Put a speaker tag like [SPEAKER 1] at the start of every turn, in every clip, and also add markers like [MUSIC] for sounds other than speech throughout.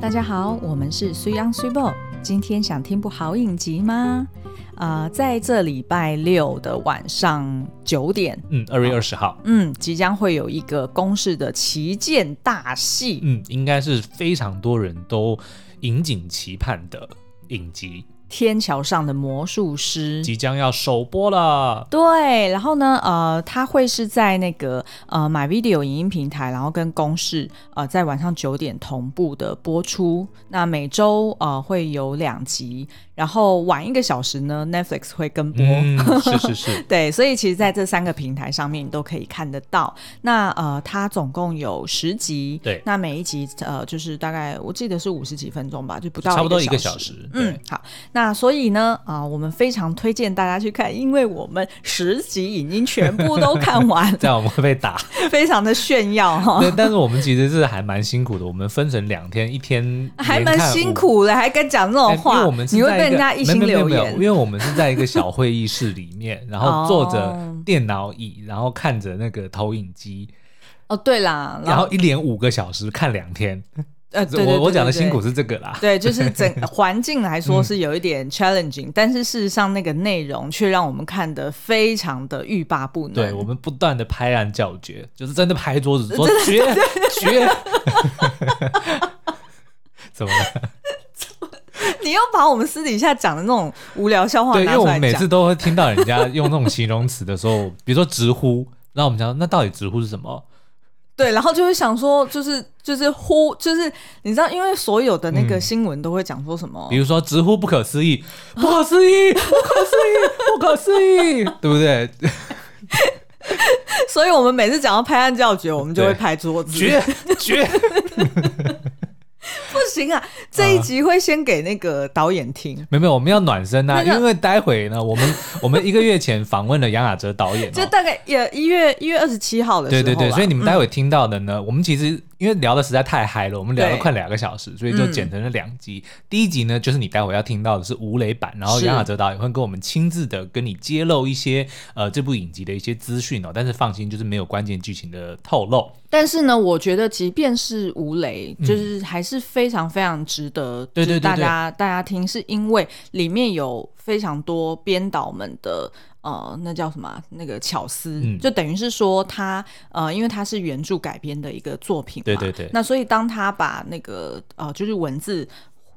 [SPEAKER 1] 大家好，我们是虽央虽报，今天想听部好影集吗？呃，在这礼拜六的晚上九点，
[SPEAKER 2] 嗯，二月二十号，
[SPEAKER 1] 嗯，即将会有一个公式的旗舰大戏。
[SPEAKER 2] 嗯，应该是非常多人都引颈期盼的影集，
[SPEAKER 1] 天桥上的魔术师。
[SPEAKER 2] 即将要首播了。
[SPEAKER 1] 对，然后呢，呃，它会是在那个呃 My Video 影音平台，然后跟公式呃在晚上九点同步的播出。那每周呃会有两集，然后晚一个小时呢，Netflix 会跟播。
[SPEAKER 2] 嗯，
[SPEAKER 1] [LAUGHS]
[SPEAKER 2] 是是是，
[SPEAKER 1] 对，所以其实在这三个平台上面，你都可以看得到。那呃，它总共有十集，
[SPEAKER 2] 对
[SPEAKER 1] 那每一集呃，就是大概我记得是五十几分钟吧，就不到
[SPEAKER 2] 差不多一
[SPEAKER 1] 个
[SPEAKER 2] 个小。时。
[SPEAKER 1] 嗯，好，那所以呢，啊、我们非常推荐大家去看，因为我们十集已经全部都看完
[SPEAKER 2] [LAUGHS] 对，这
[SPEAKER 1] 了，
[SPEAKER 2] 样我们会被打。
[SPEAKER 1] 非常的炫耀哈、
[SPEAKER 2] 对，但是我们其实是还蛮辛苦的，我们分成两天，一天
[SPEAKER 1] 还
[SPEAKER 2] 连
[SPEAKER 1] 蛮
[SPEAKER 2] 看
[SPEAKER 1] 辛
[SPEAKER 2] 五
[SPEAKER 1] 苦的，还敢讲这
[SPEAKER 2] 哎
[SPEAKER 1] 种
[SPEAKER 2] 因
[SPEAKER 1] 话，
[SPEAKER 2] 为我们是
[SPEAKER 1] 你会
[SPEAKER 2] 在
[SPEAKER 1] 被
[SPEAKER 2] 个
[SPEAKER 1] 人家一
[SPEAKER 2] 没有
[SPEAKER 1] 心
[SPEAKER 2] 没有
[SPEAKER 1] 留
[SPEAKER 2] 没有
[SPEAKER 1] 言
[SPEAKER 2] 因。为我们是在一个小会议室里面，然后坐
[SPEAKER 1] 哦
[SPEAKER 2] 着电脑椅，然后看着那个投影机，
[SPEAKER 1] 哦，对啦，
[SPEAKER 2] 然后一连五个小时看两天。
[SPEAKER 1] 呃，对对
[SPEAKER 2] 我我
[SPEAKER 1] 对
[SPEAKER 2] 讲的
[SPEAKER 1] 对
[SPEAKER 2] 辛
[SPEAKER 1] 对
[SPEAKER 2] 苦是这个啦。
[SPEAKER 1] 对，就是整环境来
[SPEAKER 2] 嗯
[SPEAKER 1] 说是有一点 challenging，、但是事实上那个内容却让我们看得非常的欲罢不能。
[SPEAKER 2] 对，我们不断的拍案叫绝，就是真的拍桌
[SPEAKER 1] 呃
[SPEAKER 2] 子说绝绝。 [LAUGHS] 怎么了？
[SPEAKER 1] [LAUGHS] 你又把我们私底下讲的那种无聊笑话
[SPEAKER 2] 对，因
[SPEAKER 1] 拿
[SPEAKER 2] 为
[SPEAKER 1] 出
[SPEAKER 2] 我
[SPEAKER 1] 来
[SPEAKER 2] 们每
[SPEAKER 1] 讲
[SPEAKER 2] 次，都会听到人家用那种形容词的时候， [LAUGHS] 比如说直呼，然后我们想说，那到底直呼是什么？
[SPEAKER 1] 哦对，然后就会想说，就是就是呼，就是你知道，因为所有的那个新闻都会讲说什么，
[SPEAKER 2] 嗯比如说直呼不可思议，不可思议，不可思议，不可
[SPEAKER 1] [LAUGHS]
[SPEAKER 2] 思议，对不对？
[SPEAKER 1] 所以我们每次讲到拍案叫绝，我们就会
[SPEAKER 2] 对
[SPEAKER 1] 拍桌子。
[SPEAKER 2] 绝
[SPEAKER 1] [LAUGHS]
[SPEAKER 2] 绝，
[SPEAKER 1] 不行啊，这
[SPEAKER 2] 嗯
[SPEAKER 1] 一集会先给那个导演听。
[SPEAKER 2] 没有没有，我们要暖身
[SPEAKER 1] 那
[SPEAKER 2] 啊，
[SPEAKER 1] 个
[SPEAKER 2] 因为待会呢，我们我们一个月前访问了杨雅哲导演、
[SPEAKER 1] [LAUGHS]
[SPEAKER 2] 哦，
[SPEAKER 1] 就大概也一月一月二十七号的时候
[SPEAKER 2] 对
[SPEAKER 1] 啦，嗯
[SPEAKER 2] 对对，所以你们待会听到的呢，我们其实因为聊的实在太嗨了，我们聊了
[SPEAKER 1] 对嗯
[SPEAKER 2] 快两个小时，所以就剪成了两集。第一集呢，就是你待会要听到的是吴磊版，然后
[SPEAKER 1] 是
[SPEAKER 2] 杨雅哲导演会跟我们亲自的跟你揭露一些呃这部影集的一些资讯哦，但是放心，就是没有关键剧情的透露。
[SPEAKER 1] 但是呢，我觉得即便是吴磊，就是还是非常非常值得，
[SPEAKER 2] 嗯对对对
[SPEAKER 1] 就是大家大家听，是因为里面有非常多编导们的。呃，那叫什么啊、那个巧思，
[SPEAKER 2] 嗯
[SPEAKER 1] 就等于是说他呃，因为他是原著改编的一个作品嘛，
[SPEAKER 2] 对对对
[SPEAKER 1] 那所以当他把那个呃，就是文字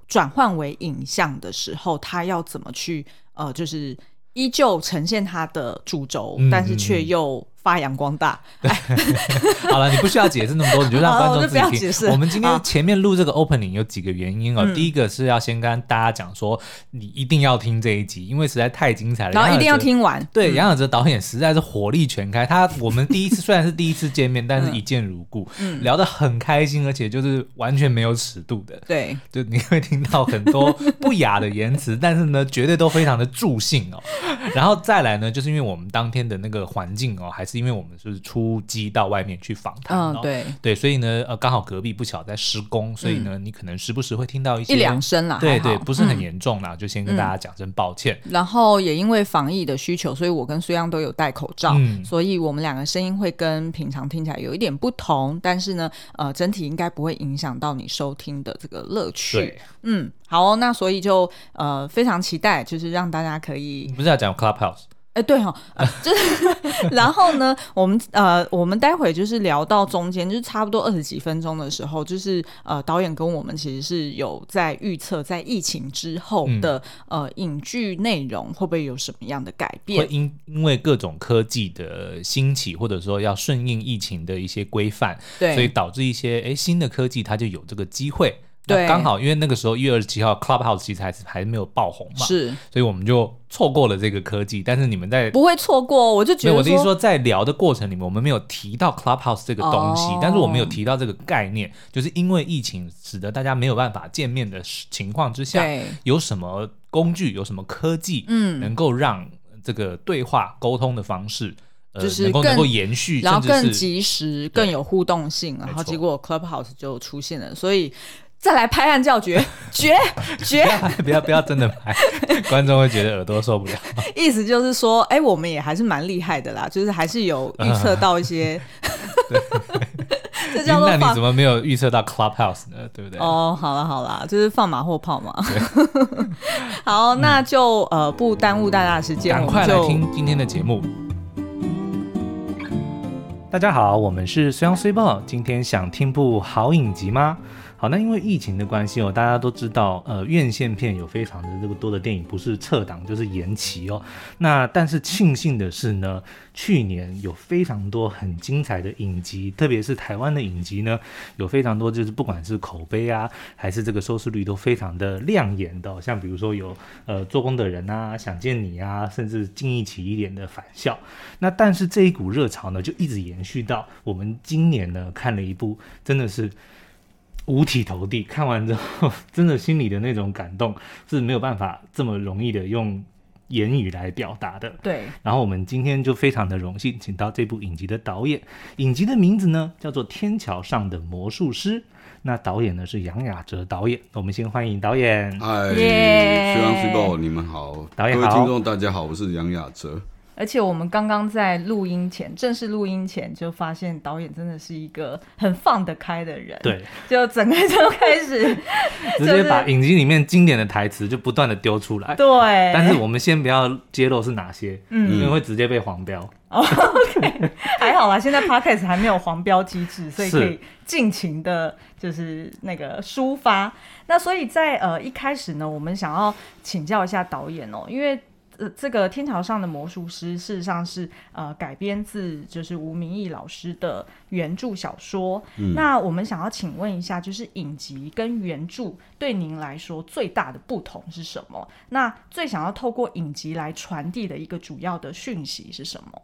[SPEAKER 1] 转换为影像的时候，他要怎么去呃，就是依旧呈现他的主轴，
[SPEAKER 2] 嗯
[SPEAKER 1] 但是
[SPEAKER 2] 嗯
[SPEAKER 1] 却
[SPEAKER 2] 嗯
[SPEAKER 1] 又发扬光大。[LAUGHS]
[SPEAKER 2] 好了，你不需要解释那么多，你就让观
[SPEAKER 1] 好我就
[SPEAKER 2] 众自
[SPEAKER 1] 不要嗯
[SPEAKER 2] 己
[SPEAKER 1] 解释
[SPEAKER 2] 听。
[SPEAKER 1] 了
[SPEAKER 2] 我们今天前面录这个 opening 有几个原因哦，第一个是要先跟大家讲说，你一定要听这一集，因为实在太精彩了，
[SPEAKER 1] 然后一定要
[SPEAKER 2] 杨雅哲
[SPEAKER 1] 听完。
[SPEAKER 2] 对，杨雅哲导演实在是火力全开。
[SPEAKER 1] [LAUGHS]
[SPEAKER 2] 他我们第一次虽然是第一次见面，
[SPEAKER 1] 嗯
[SPEAKER 2] 但是一见如故，聊得很开心，而且就是完全没有尺度的。
[SPEAKER 1] 对，
[SPEAKER 2] 就你会听到很多不雅的言
[SPEAKER 1] [LAUGHS]
[SPEAKER 2] 辞，但是呢，绝对都非常的助兴哦。然后再来呢，就是因为我们当天的那个环境哦，还是因为我们是出击到外面去访谈
[SPEAKER 1] 嗯
[SPEAKER 2] 哦，，
[SPEAKER 1] 对，
[SPEAKER 2] 对，所以呢，呃，刚好隔壁不巧在施工，所以呢，你可能时不时会听到一
[SPEAKER 1] 嗯
[SPEAKER 2] 些
[SPEAKER 1] 一两声啦，
[SPEAKER 2] 对
[SPEAKER 1] 还好嗯
[SPEAKER 2] 对，不是很严重啦，就先跟大家讲声抱歉。
[SPEAKER 1] 然后也因为防疫的需求，所以我跟苏央都有戴口罩，
[SPEAKER 2] 嗯
[SPEAKER 1] 所以我们两个声音会跟平常听起来有一点不同，但是呢，呃，整体应该不会影响到你收听的这个乐趣。
[SPEAKER 2] 对，
[SPEAKER 1] 嗯，好哦、那所以就呃非常期待，就是让大家可以
[SPEAKER 2] 你，不是要讲 Clubhouse？
[SPEAKER 1] 哎、对哦，呃就是然后呢，我们呃我们待会就是聊到中间，就是差不多二十几分钟的时候，就是呃导演跟我们其实是有在预测，在疫情之后
[SPEAKER 2] 嗯
[SPEAKER 1] 的、呃影剧内容会不会有什么样的改
[SPEAKER 2] 会
[SPEAKER 1] 变？
[SPEAKER 2] 因因为各种科技的兴起，或者说要顺应疫情的一些规范，所以
[SPEAKER 1] 对
[SPEAKER 2] 导致一些诶新的科技它就有这个机会。
[SPEAKER 1] 对
[SPEAKER 2] 那刚好因为那个时候一月二十七号 Clubhouse 其实还是还没有爆红嘛，
[SPEAKER 1] 是
[SPEAKER 2] 所以我们就错过了这个科技。但是你们在
[SPEAKER 1] 不会错过哦，我就
[SPEAKER 2] 没
[SPEAKER 1] 觉
[SPEAKER 2] 有
[SPEAKER 1] 得
[SPEAKER 2] 我的意思说，在聊的过程里面，我们没有提到 Clubhouse 这个东西，
[SPEAKER 1] 哦
[SPEAKER 2] 但是我们有提到这个概念，就是因为疫情使得大家没有办法见面的时情况之下，
[SPEAKER 1] 对
[SPEAKER 2] 有什么工具，有什么科技，嗯，能够让这个对话沟通的方式，呃，
[SPEAKER 1] 就是
[SPEAKER 2] 能够
[SPEAKER 1] 更
[SPEAKER 2] 能够延续，
[SPEAKER 1] 然后
[SPEAKER 2] 甚
[SPEAKER 1] 更
[SPEAKER 2] 至是
[SPEAKER 1] 及时、更有互动性，然后
[SPEAKER 2] 没错
[SPEAKER 1] 结果 Clubhouse 就出现了，所以再来拍案叫绝绝
[SPEAKER 2] [LAUGHS]
[SPEAKER 1] 绝，
[SPEAKER 2] 不要不要真的拍， [LAUGHS] 观众会觉得耳朵受不
[SPEAKER 1] [LAUGHS]
[SPEAKER 2] 了。
[SPEAKER 1] 意思就是说，哎、
[SPEAKER 2] 啊
[SPEAKER 1] 我们也还是蛮厉害的啦，就是还是有预测到一些。 [LAUGHS] 这叫做
[SPEAKER 2] 那你
[SPEAKER 1] 放
[SPEAKER 2] 怎么没有预测到 Clubhouse 呢？对不对？
[SPEAKER 1] 哦，好啦好啦，就是放马后炮嘛。 [LAUGHS] 好，那就呃不耽误大家的时间，我
[SPEAKER 2] 赶
[SPEAKER 1] 们
[SPEAKER 2] 快来
[SPEAKER 1] 就
[SPEAKER 2] 听今天的节目。大家好，我们是虽阳虽报，今天想听部好影集吗？好，那因为疫情的关系哦，大家都知道，呃，院线片有非常的这个多的电影不是撤档就是延期哦。那但是庆幸的是呢，去年有非常多很精彩的影集，特别是台湾的影集呢，有非常多就是不管是口碑啊，还是这个收视率都非常的亮眼的哦、像比如说有呃做工的人啊，想见你啊，甚至近一起一点的返校。那但是这一股热潮呢，就一直延续到我们今年呢看了一部真的是五体投地，看完之后 [LAUGHS] 真的心里的那种感动是没有办法这么容易的用言语来表达的。
[SPEAKER 1] 对
[SPEAKER 2] 然后我们今天就非常的荣幸，请到这部影集的导演，影集的名字呢叫做《天桥上的魔术师》，那导演呢是杨雅哲导演。我们先欢迎导
[SPEAKER 1] 啊
[SPEAKER 2] 演。
[SPEAKER 3] 嗨，
[SPEAKER 1] 耶
[SPEAKER 3] 虽然虽报，你们好，
[SPEAKER 2] 导演
[SPEAKER 3] 各位
[SPEAKER 2] 好
[SPEAKER 3] 听众大家好，我是杨雅哲。
[SPEAKER 1] 而且我们刚刚在录音前，正式录音前就发现导演真的是一个很放得开的人，，
[SPEAKER 2] 对，
[SPEAKER 1] 就整个就开始就
[SPEAKER 2] 直接
[SPEAKER 1] 是
[SPEAKER 2] 把影集里面经典的台词就不断的丢出来，
[SPEAKER 1] 对，
[SPEAKER 2] 但是我们先不要揭露是哪些，
[SPEAKER 1] 嗯
[SPEAKER 2] 因为会直接被黄标。
[SPEAKER 1] 还好啦，现在 podcast 还没有黄标机制，所以
[SPEAKER 2] 是
[SPEAKER 1] 可以尽情的，就是那个抒发。那所以在呃一开始呢，我们想要请教一下导演哦，因为。呃，这个《天桥上的魔术师》事实上是呃改编自就是吴明义老师的原著小说。那我们想要请问一下，就是影集跟原著对您来说最大的不同是什么？那最想要透过影集来传递的一个主要的讯息是什么？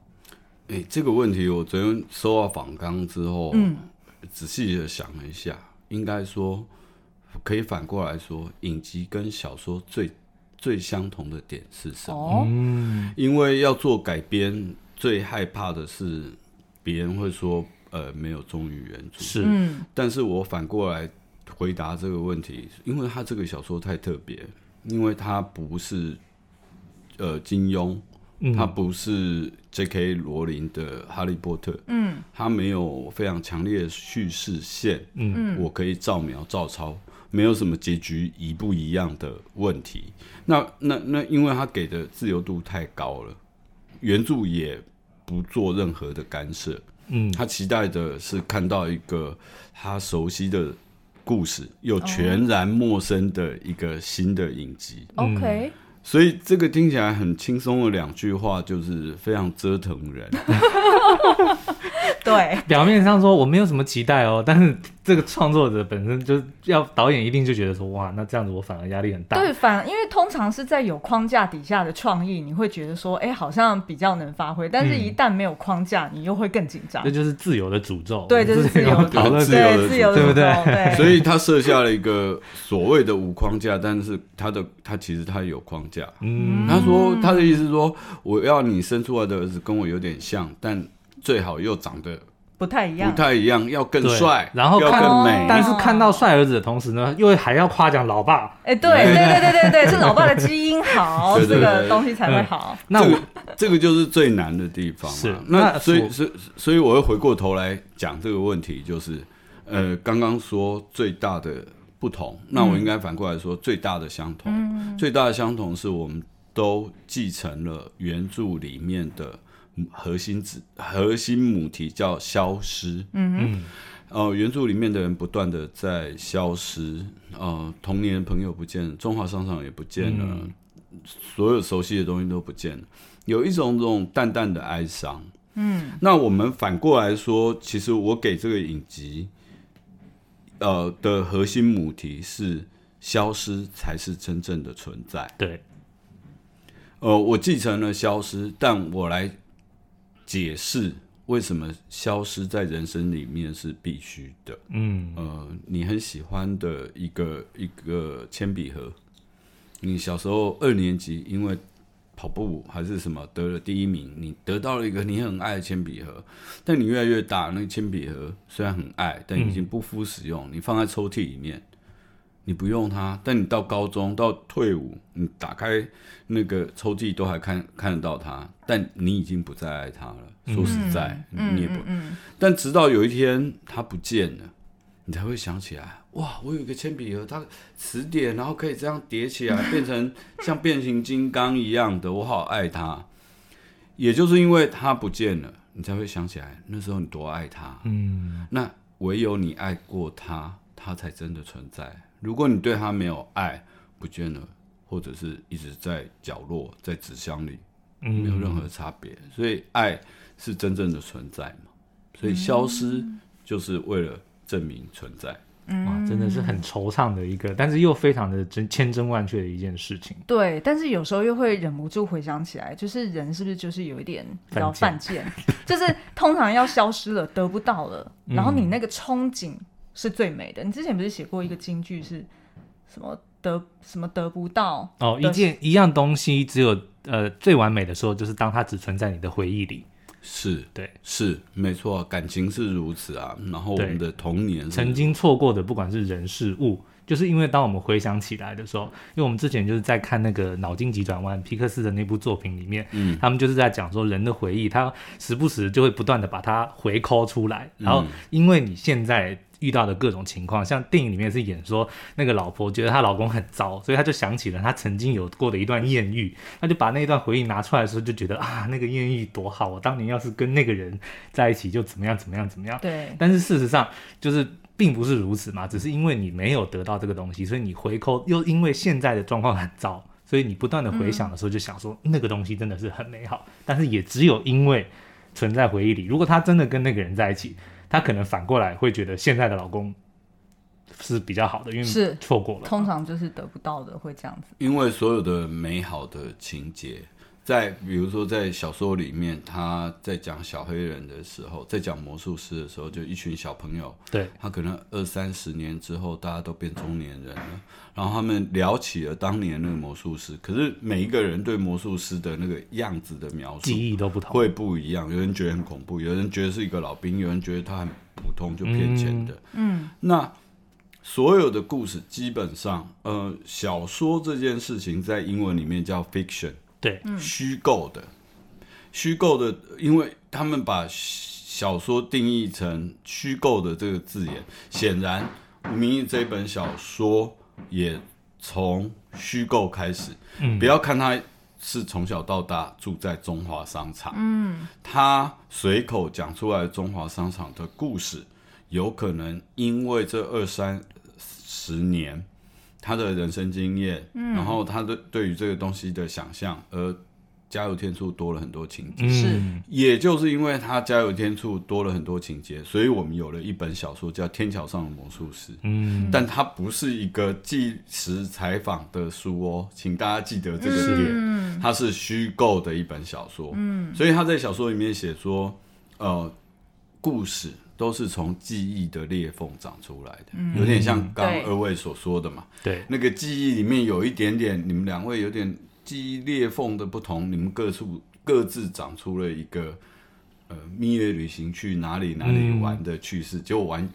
[SPEAKER 3] 哎、这个问题我昨天收到访纲之后，嗯，仔细的想了一下，应该说可以反过来说，影集跟小说最最相同的点是什么？
[SPEAKER 1] 哦，
[SPEAKER 2] 嗯，
[SPEAKER 3] 因为要做改编，最害怕的是别人会说，呃，没有忠于原著。
[SPEAKER 2] 是，
[SPEAKER 1] 嗯，
[SPEAKER 3] 但是我反过来回答这个问题，因为他这个小说太特别，因为它不是呃金庸，
[SPEAKER 2] 嗯
[SPEAKER 3] 它不是 J.K. 罗琳的《哈利波特》，嗯，它没有非常强烈的叙事线，嗯，我可以照描照抄，没有什么结局一不一样的问题。那那那，因为他给的自由度太高了，原著也不做任何的干涉，
[SPEAKER 2] 嗯，
[SPEAKER 3] 他期待的是看到一个他熟悉的故事，又全然陌生的一个新的影集。
[SPEAKER 1] 哦 OK，
[SPEAKER 3] 所以这个听起来很轻松的两句话，就是非常折腾人。
[SPEAKER 1] [LAUGHS] 对，
[SPEAKER 2] 表面上说我没有什么期待哦，但是这个创作者本身就是要导演一定就觉得说哇，那这样子我反而压力很
[SPEAKER 1] [LAUGHS]
[SPEAKER 2] 大。
[SPEAKER 1] 对，反因为通常是在有框架底下的创意，你会觉得说，哎、好像比较能发挥，但是一旦没有框架，你又会更紧张
[SPEAKER 2] 这。就是自由的诅咒。
[SPEAKER 1] [LAUGHS] 对，这是自由
[SPEAKER 2] 我们之前有讨论
[SPEAKER 3] 自
[SPEAKER 2] 过
[SPEAKER 3] 由
[SPEAKER 1] 对
[SPEAKER 3] 的
[SPEAKER 1] 自由的
[SPEAKER 2] 对不对
[SPEAKER 1] 主张
[SPEAKER 2] [LAUGHS]
[SPEAKER 1] 对，
[SPEAKER 3] 所以他设下了一个所谓的无框架，但是他的他其实他有框架。
[SPEAKER 2] 嗯，
[SPEAKER 3] 他说他的意思是说，我要你生出来的儿子跟我有点像，但最好又长得
[SPEAKER 1] 不太一
[SPEAKER 3] 不
[SPEAKER 1] 样。
[SPEAKER 3] 太一样，要更
[SPEAKER 2] 对
[SPEAKER 3] 帅，
[SPEAKER 2] 然后
[SPEAKER 3] 要
[SPEAKER 2] 看
[SPEAKER 3] 更
[SPEAKER 1] 哦
[SPEAKER 3] 美。
[SPEAKER 2] 但是看到帅儿子的同时
[SPEAKER 3] 哦
[SPEAKER 2] 呢，又还要夸奖老爸。
[SPEAKER 1] 哎、对对对对对对，是老爸的基因 [LAUGHS] 好，
[SPEAKER 3] 对对对
[SPEAKER 1] 这个东西才会好。
[SPEAKER 2] 那
[SPEAKER 3] 这
[SPEAKER 2] 我
[SPEAKER 3] 个这个就是最难的地方、啊。
[SPEAKER 2] 是那
[SPEAKER 3] 那所
[SPEAKER 2] 我
[SPEAKER 3] 以所以所以我会回过头来讲这个问题，就是呃，刚刚说最大的不同，那
[SPEAKER 2] 嗯
[SPEAKER 3] 我应该反过来说最大的相同。最大的相同是我们都继承了原著里面的核心子核心母题叫消失。
[SPEAKER 2] 嗯
[SPEAKER 3] 呃，原著里面的人不断的在消失，呃，童年朋友不见了，中华商场也不见了，
[SPEAKER 2] 嗯
[SPEAKER 3] 所有熟悉的东西都不见了，有一种这种淡淡的哀伤。嗯，那我们反过来说，其实我给这个影集，呃的核心母题是消失才是真正的存在。
[SPEAKER 2] 对，
[SPEAKER 3] 呃，我继承了消失，但我来解释为什么消失在人生里面是必须的。
[SPEAKER 2] 嗯，
[SPEAKER 3] 呃，你很喜欢的一个一个铅笔盒，你小时候二年级因为跑步还是什么得了第一名，你得到了一个你很爱的铅笔盒，但你越来越大，那个铅笔盒虽然很爱，但已经不敷使用，你放在抽屉里面，你不用它，但你到高中到退伍，你打开那个抽屉都还看看得到它，但你已经不再爱它了。说实在，你也不，
[SPEAKER 1] 嗯
[SPEAKER 3] 但直到有一天它不见了，你才会想起来，哇，我有一个铅笔盒，它词典，然后可以这样叠起来，变成像变形金刚一样的，我好爱它。也就是因为它不见了，你才会想起来那时候你多爱它。
[SPEAKER 2] 嗯，
[SPEAKER 3] 那唯有你爱过他，他才真的存在。如果你对他没有爱，不见了，或者是一直在角落，在纸箱里，
[SPEAKER 2] 嗯
[SPEAKER 3] 没有任何差别。所以爱是真正的存在嘛？所以消失
[SPEAKER 2] 嗯
[SPEAKER 3] 就是为了证明存在。
[SPEAKER 2] 哇，真的是很惆怅的一个，但是又非常的真千真万确的一件事情。
[SPEAKER 1] 对，但是有时候又会忍不住回想起来，就是人是不是就是有一点比较犯
[SPEAKER 2] 犯
[SPEAKER 1] 贱，就是通常要消失了，得不到了，然后你那个憧憬是最美的。你之前不是写过一个京剧是什么得什么得不到？
[SPEAKER 2] 哦，一件一样东西，只有呃最完美的时候，就是当它只存在你的回忆里。
[SPEAKER 3] 是
[SPEAKER 2] 对，
[SPEAKER 3] 是没错，啊感情是如此啊。然后我们的童年是
[SPEAKER 2] 曾经错过的，不管是人事物，就是因为当我们回想起来的时候，因为我们之前就是在看那个《脑筋急转弯》皮克斯的那部作品里面，嗯，他们就是在讲说人的回忆，他时不时就会不断的把它回抠出来，
[SPEAKER 3] 嗯
[SPEAKER 2] 然后因为你现在。遇到的各种情况，像电影里面是演说那个老婆觉得她老公很糟，所以她就想起了她曾经有过的一段艳遇，她就把那一段回忆拿出来的时候，就觉得啊，那个艳遇多好，我当年要是跟那个人在一起，就怎么样怎么样怎么样。
[SPEAKER 1] 对，
[SPEAKER 2] 但是事实上，就是并不是如此嘛，只是因为你没有得到这个东西，所以你回扣又因为现在的状况很糟，所以你不断的回想的时候就想说、嗯那个东西真的是很美好，但是也只有因为存在回忆里，如果他真的跟那个人在一起，他可能反过来会觉得现在的老公是比较好的，因
[SPEAKER 1] 是
[SPEAKER 2] 为错过了。
[SPEAKER 1] 通常就是得不到的会这样子。
[SPEAKER 3] 因为所有的美好的情节，在比如说在小说里面，他在讲小黑人的时候，在讲魔术师的时候，就一群小朋友，
[SPEAKER 2] 对，
[SPEAKER 3] 他可能二三十年之后，大家都变中年人了，然后他们聊起了当年那个魔术师，可是每一个人对魔术师的那个样子的描述
[SPEAKER 2] 记忆都不同。
[SPEAKER 3] 会不一样，有人觉得很恐怖，有人觉得是一个老兵，有人觉得他很普通就骗钱的。嗯，那所有的故事基本上，呃，小说这件事情在英文里面叫 fiction，
[SPEAKER 2] 对，
[SPEAKER 3] 虚构的，虚构的，因为他们把小说定义成虚构的这个字眼，显然《吴明义》这本小说也从虚构开始。嗯，不要看他是从小到大住在中华商场，嗯，他随口讲出来的中华商场的故事，有可能因为这二三十年。他的人生经验，然后他的对于这个东西的想象，而加油添醋多了很多情节。
[SPEAKER 1] 是
[SPEAKER 2] 嗯
[SPEAKER 3] 也就是因为他加油添醋多了很多情节，所以我们有了一本小说叫《天桥上的魔术师》。
[SPEAKER 2] 嗯，
[SPEAKER 3] 但它不是一个纪实采访的书哦，请大家记得这个点，它是虚构的一本小说，嗯，所以他在小说里面写说，呃，故事都是从记忆的裂缝长出来的，有点像刚刚
[SPEAKER 1] 对
[SPEAKER 3] 二位所说的嘛，
[SPEAKER 2] 对，
[SPEAKER 3] 那个记忆里面有一点点，你们两位有点记忆裂缝的不同，你们各处各自长出了一个呃蜜月旅行去哪里哪里玩的趣事，结果完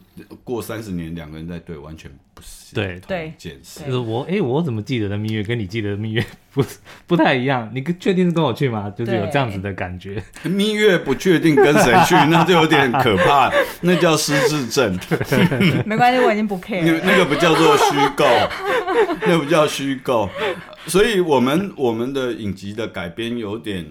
[SPEAKER 3] 过三十年，两个人在对完全不是
[SPEAKER 2] 对
[SPEAKER 3] 同一件事
[SPEAKER 1] 对
[SPEAKER 2] 就是我，哎、我怎么记得的蜜月跟你记得的蜜月不 [LAUGHS] 是不太一样？你跟确定是跟我去吗？就是有这样子的感觉。
[SPEAKER 3] 蜜月不确定跟谁去，那就有点可怕，那叫失智症，
[SPEAKER 1] 没关系，我已 [LAUGHS] 经不 care
[SPEAKER 3] 那
[SPEAKER 1] 了。
[SPEAKER 3] 那个不叫做虚构，那不叫虚构。所以我们我们的影集的改编有点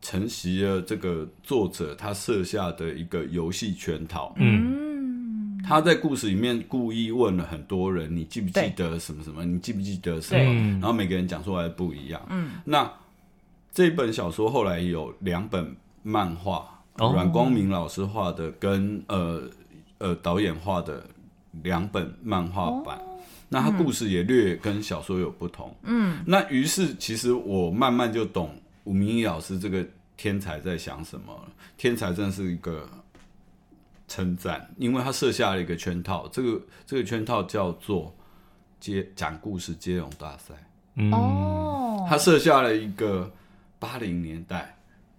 [SPEAKER 3] 承袭了这个作者他设下的一个游戏圈套。
[SPEAKER 2] 嗯，
[SPEAKER 3] 他在故事里面故意问了很多人，你记不记
[SPEAKER 1] 对
[SPEAKER 3] 得什么什么？你记不记得什
[SPEAKER 1] 对
[SPEAKER 3] 么？然后每个人讲出来的不一样。嗯，那这本小说后来有两本漫画，
[SPEAKER 2] 哦
[SPEAKER 3] 阮光明老师画的跟呃呃导演画的两本漫画版。那它故事也略跟小说有不同，嗯，那于是其实我慢慢就懂吴明义老师这个天才在想什么了。天才真的是一个称赞，因为他设下了一个圈套，这个这个圈套叫做接讲故事接龙大赛。
[SPEAKER 1] 哦，
[SPEAKER 3] 他设下了一个八零年代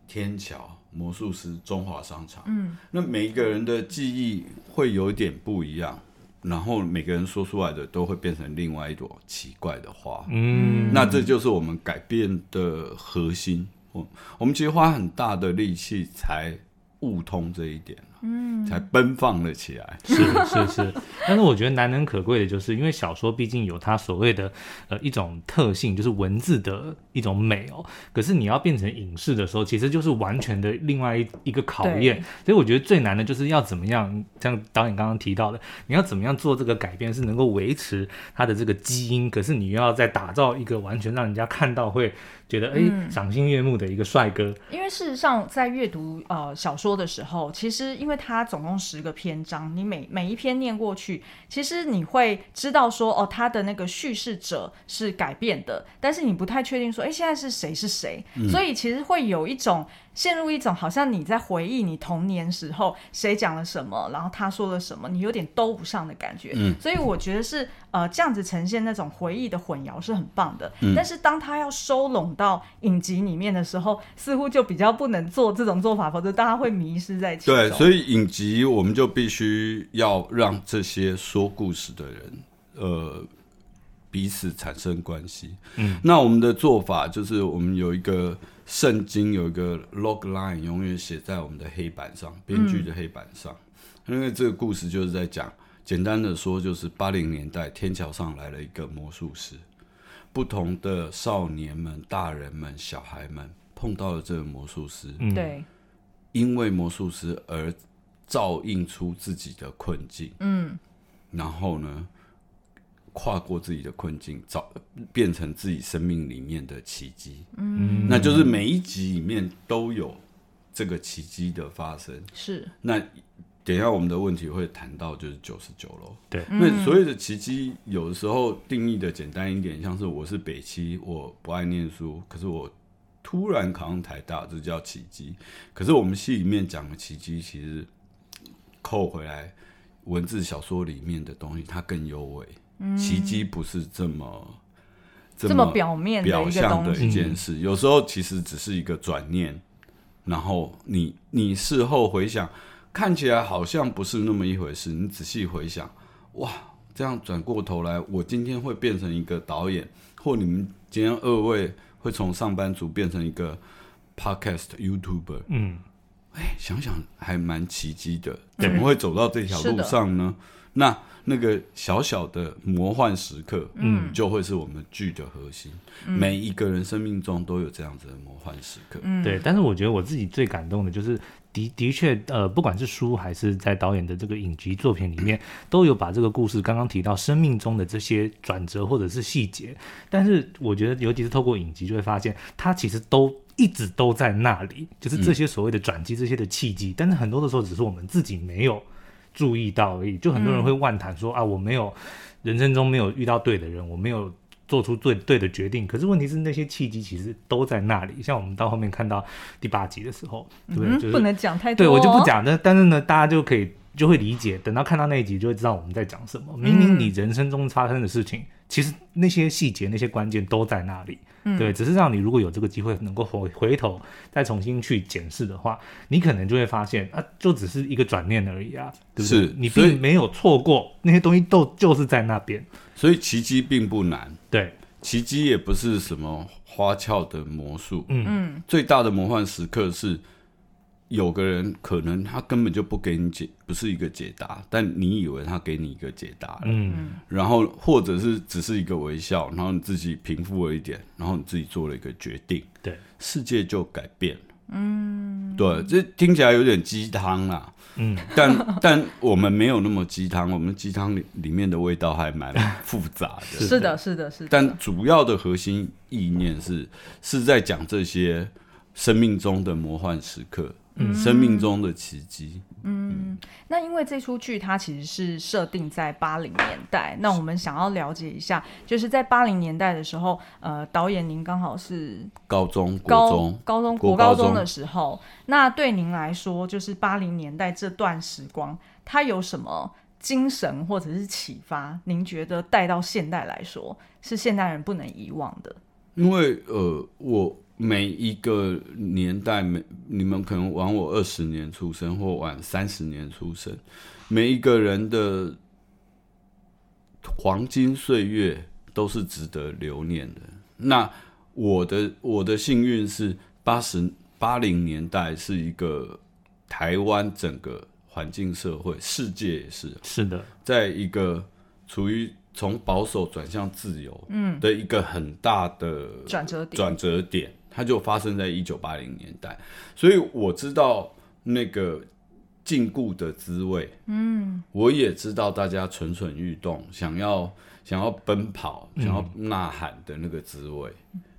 [SPEAKER 3] 天桥魔术
[SPEAKER 1] 嗯
[SPEAKER 3] 师中华商场，嗯，那每一个人的记忆会有一点不一样，然后每个人说出来的都会变成另外一朵奇怪的花。
[SPEAKER 2] 嗯，
[SPEAKER 3] 那这就是我们改变的核心。我我们其实花很大的力气才悟通这一点，嗯，才奔放了起来。
[SPEAKER 2] 是是是， [LAUGHS] 但是我觉得难能可贵的就是，因为小说毕竟有它所谓的呃一种特性，就是文字的一种美哦。可是你要变成影视的时候，其实就是完全的另外一一个考验。所以我觉得最难的就是要怎么样，像导演刚刚提到的，你要怎么样做这个改变是能够维持它的这个基因，可是你又要再打造一个完全让人家看到会觉得哎赏心悦目的一个帅哥。
[SPEAKER 1] 因为事实上，在阅读呃小说的时候，其实因为它总共十个篇章，你每每一篇念过去，其实你会知道说，哦，它的那个叙事者是改变的，但是你不太确定说，哎，现在是谁是谁，
[SPEAKER 3] 嗯
[SPEAKER 1] 所以其实会有一种陷入一种好像你在回忆你童年时候谁讲了什么，然后他说了什么，你有点兜不上的感觉。
[SPEAKER 3] 嗯
[SPEAKER 1] 所以我觉得是呃这样子呈现那种回忆的混淆是很棒的，
[SPEAKER 3] 嗯
[SPEAKER 1] 但是当他要收拢到影集里面的时候，似乎就比较不能做这种做法，否则大家会迷失在其中。
[SPEAKER 3] 对，所
[SPEAKER 1] 以
[SPEAKER 3] 以影集我们就必须要让这些说故事的人，呃，彼此产生关系。嗯，那我们的做法就是，我们有一个圣经，有一个 log line，永远写在我们的黑板上，编剧的黑板上。
[SPEAKER 1] 嗯
[SPEAKER 3] 因为这个故事就是在讲，简单的说，就是八零年代天桥上来了一个魔术师，不同的少年们、大人们、小孩们碰到了这个魔术师，
[SPEAKER 2] 嗯，
[SPEAKER 1] 对，
[SPEAKER 3] 因为魔术师而照应出自己的困境，
[SPEAKER 1] 嗯，
[SPEAKER 3] 然后呢，跨过自己的困境，找变成自己生命里面的奇迹。
[SPEAKER 2] 嗯，
[SPEAKER 3] 那就是每一集里面都有这个奇迹的发生。
[SPEAKER 1] 是
[SPEAKER 3] 那等一下我们的问题会谈到就是九十九楼。
[SPEAKER 2] 对
[SPEAKER 3] 那所谓的奇迹，有的时候定义的简单一点，像是我是北七，我不爱念书，可是我突然考上台大，这叫奇迹。可是我们戏里面讲的奇迹，其实扣回来文字小说里面的东西，它更优美。奇迹不是这么
[SPEAKER 1] 这么表面的
[SPEAKER 3] 表
[SPEAKER 1] 一个
[SPEAKER 3] 象
[SPEAKER 1] 东
[SPEAKER 3] 的
[SPEAKER 1] 西，
[SPEAKER 3] 一件事，有时候其实只是一个转念，然后你你事后回想，看起来好像不是那么一回事，你仔细回想，哇，这样转过头来，我今天会变成一个导演，或你们今天二位会从上班族变成一个 podcast YouTuber，
[SPEAKER 2] 嗯，
[SPEAKER 3] 哎，想想还蛮奇迹的，
[SPEAKER 2] 对
[SPEAKER 3] 怎么会走到这条
[SPEAKER 1] 是
[SPEAKER 3] 路
[SPEAKER 1] 的
[SPEAKER 3] 上呢？那那个小小的魔幻时刻，嗯，就会是我们剧的核心。每一个人生命中都有这样子的魔幻时刻，嗯，
[SPEAKER 2] 对，但是我觉得我自己最感动的就是的的确，呃，不管是书还是在导演的这个影集作品里面，都有把这个故事刚刚提到生命中的这些转折或者是细节。但是我觉得，尤其是透过影集，就会发现它其实都。一直都在那里，就是这些所谓的转机，这些的契机，但是很多的时候只是我们自己没有注意到而已。就很多人会妄谈说、啊，我没有人生中没有遇到对的人，我没有做出最对的决定。可是问题是，那些契机其实都在那里。像我们到后面看到第八集的时候，对不对？
[SPEAKER 1] 嗯，
[SPEAKER 2] 就是
[SPEAKER 1] 不能讲太多、
[SPEAKER 2] [LAUGHS] 对
[SPEAKER 1] 哦，
[SPEAKER 2] 我就不。讲，但但是呢，大家就可以就会理解，等到看到那一集就会知道我们在讲什么。明明你
[SPEAKER 1] 嗯
[SPEAKER 2] 人生中发生的事情，其实那些细节、那些关键都在那里。
[SPEAKER 1] 嗯
[SPEAKER 2] 对，只是让你如果有这个机会能够回回头再重新去检视的话，你可能就会发现啊，就只是一个转念而已啊，对不对？
[SPEAKER 3] 是
[SPEAKER 2] 你
[SPEAKER 3] 所以
[SPEAKER 2] 并没有错过那些东西都就是在那边。
[SPEAKER 3] 所以奇迹并不难，
[SPEAKER 2] 对，
[SPEAKER 3] 奇迹也不是什么花俏的魔术，嗯嗯，最大的魔幻时刻是有个人可能他根本就不给你解，不是一个解答，但你以为他给你一个解答了，
[SPEAKER 2] 嗯。
[SPEAKER 3] 然后或者是只是一个微笑，然后你自己平复了一点，然后你自己做了一个决定，
[SPEAKER 2] 对，
[SPEAKER 3] 世界就改变了。嗯，对，这听起来有点鸡汤啦。
[SPEAKER 2] 嗯，
[SPEAKER 3] 但 [LAUGHS] 但我们没有那么鸡汤，我们鸡汤里里面的味道还蛮复杂的。
[SPEAKER 1] [LAUGHS] 是的，是的，是的。
[SPEAKER 3] 但主要的核心意念是是在讲这些生命中的魔幻时刻，嗯、生命中的奇迹。
[SPEAKER 1] 那因为这出剧它其实是设定在八零年代，那我们想要了解一下，就是在八零年代的时候，呃，导演您刚好是
[SPEAKER 3] 高中、
[SPEAKER 1] 高
[SPEAKER 3] 国中，
[SPEAKER 1] 高中
[SPEAKER 3] 国
[SPEAKER 1] 国高
[SPEAKER 3] 高中
[SPEAKER 1] 中的时候，那对您来说，就是八零年代这段时光，它有什么精神或者是启发？您觉得带到现代来说，是现代人不能遗忘的？
[SPEAKER 3] 因为呃，我每一个年代，每你们可能晚我二十年出生，或晚三十年出生，每一个人的黄金岁月都是值得留念的。那我的我的幸运是八十八零年代是一个台湾整个环境社会，世界也是
[SPEAKER 2] 是的，
[SPEAKER 3] 在一个处于从保守转向自由
[SPEAKER 1] 嗯，
[SPEAKER 3] 的一个很大的
[SPEAKER 1] 转折点，
[SPEAKER 3] 转折点，它就发生在一九八零年代，所以我知道那个禁锢的滋味，嗯，我也知道大家蠢蠢欲动，想要想要奔跑，想要呐喊的那个滋味。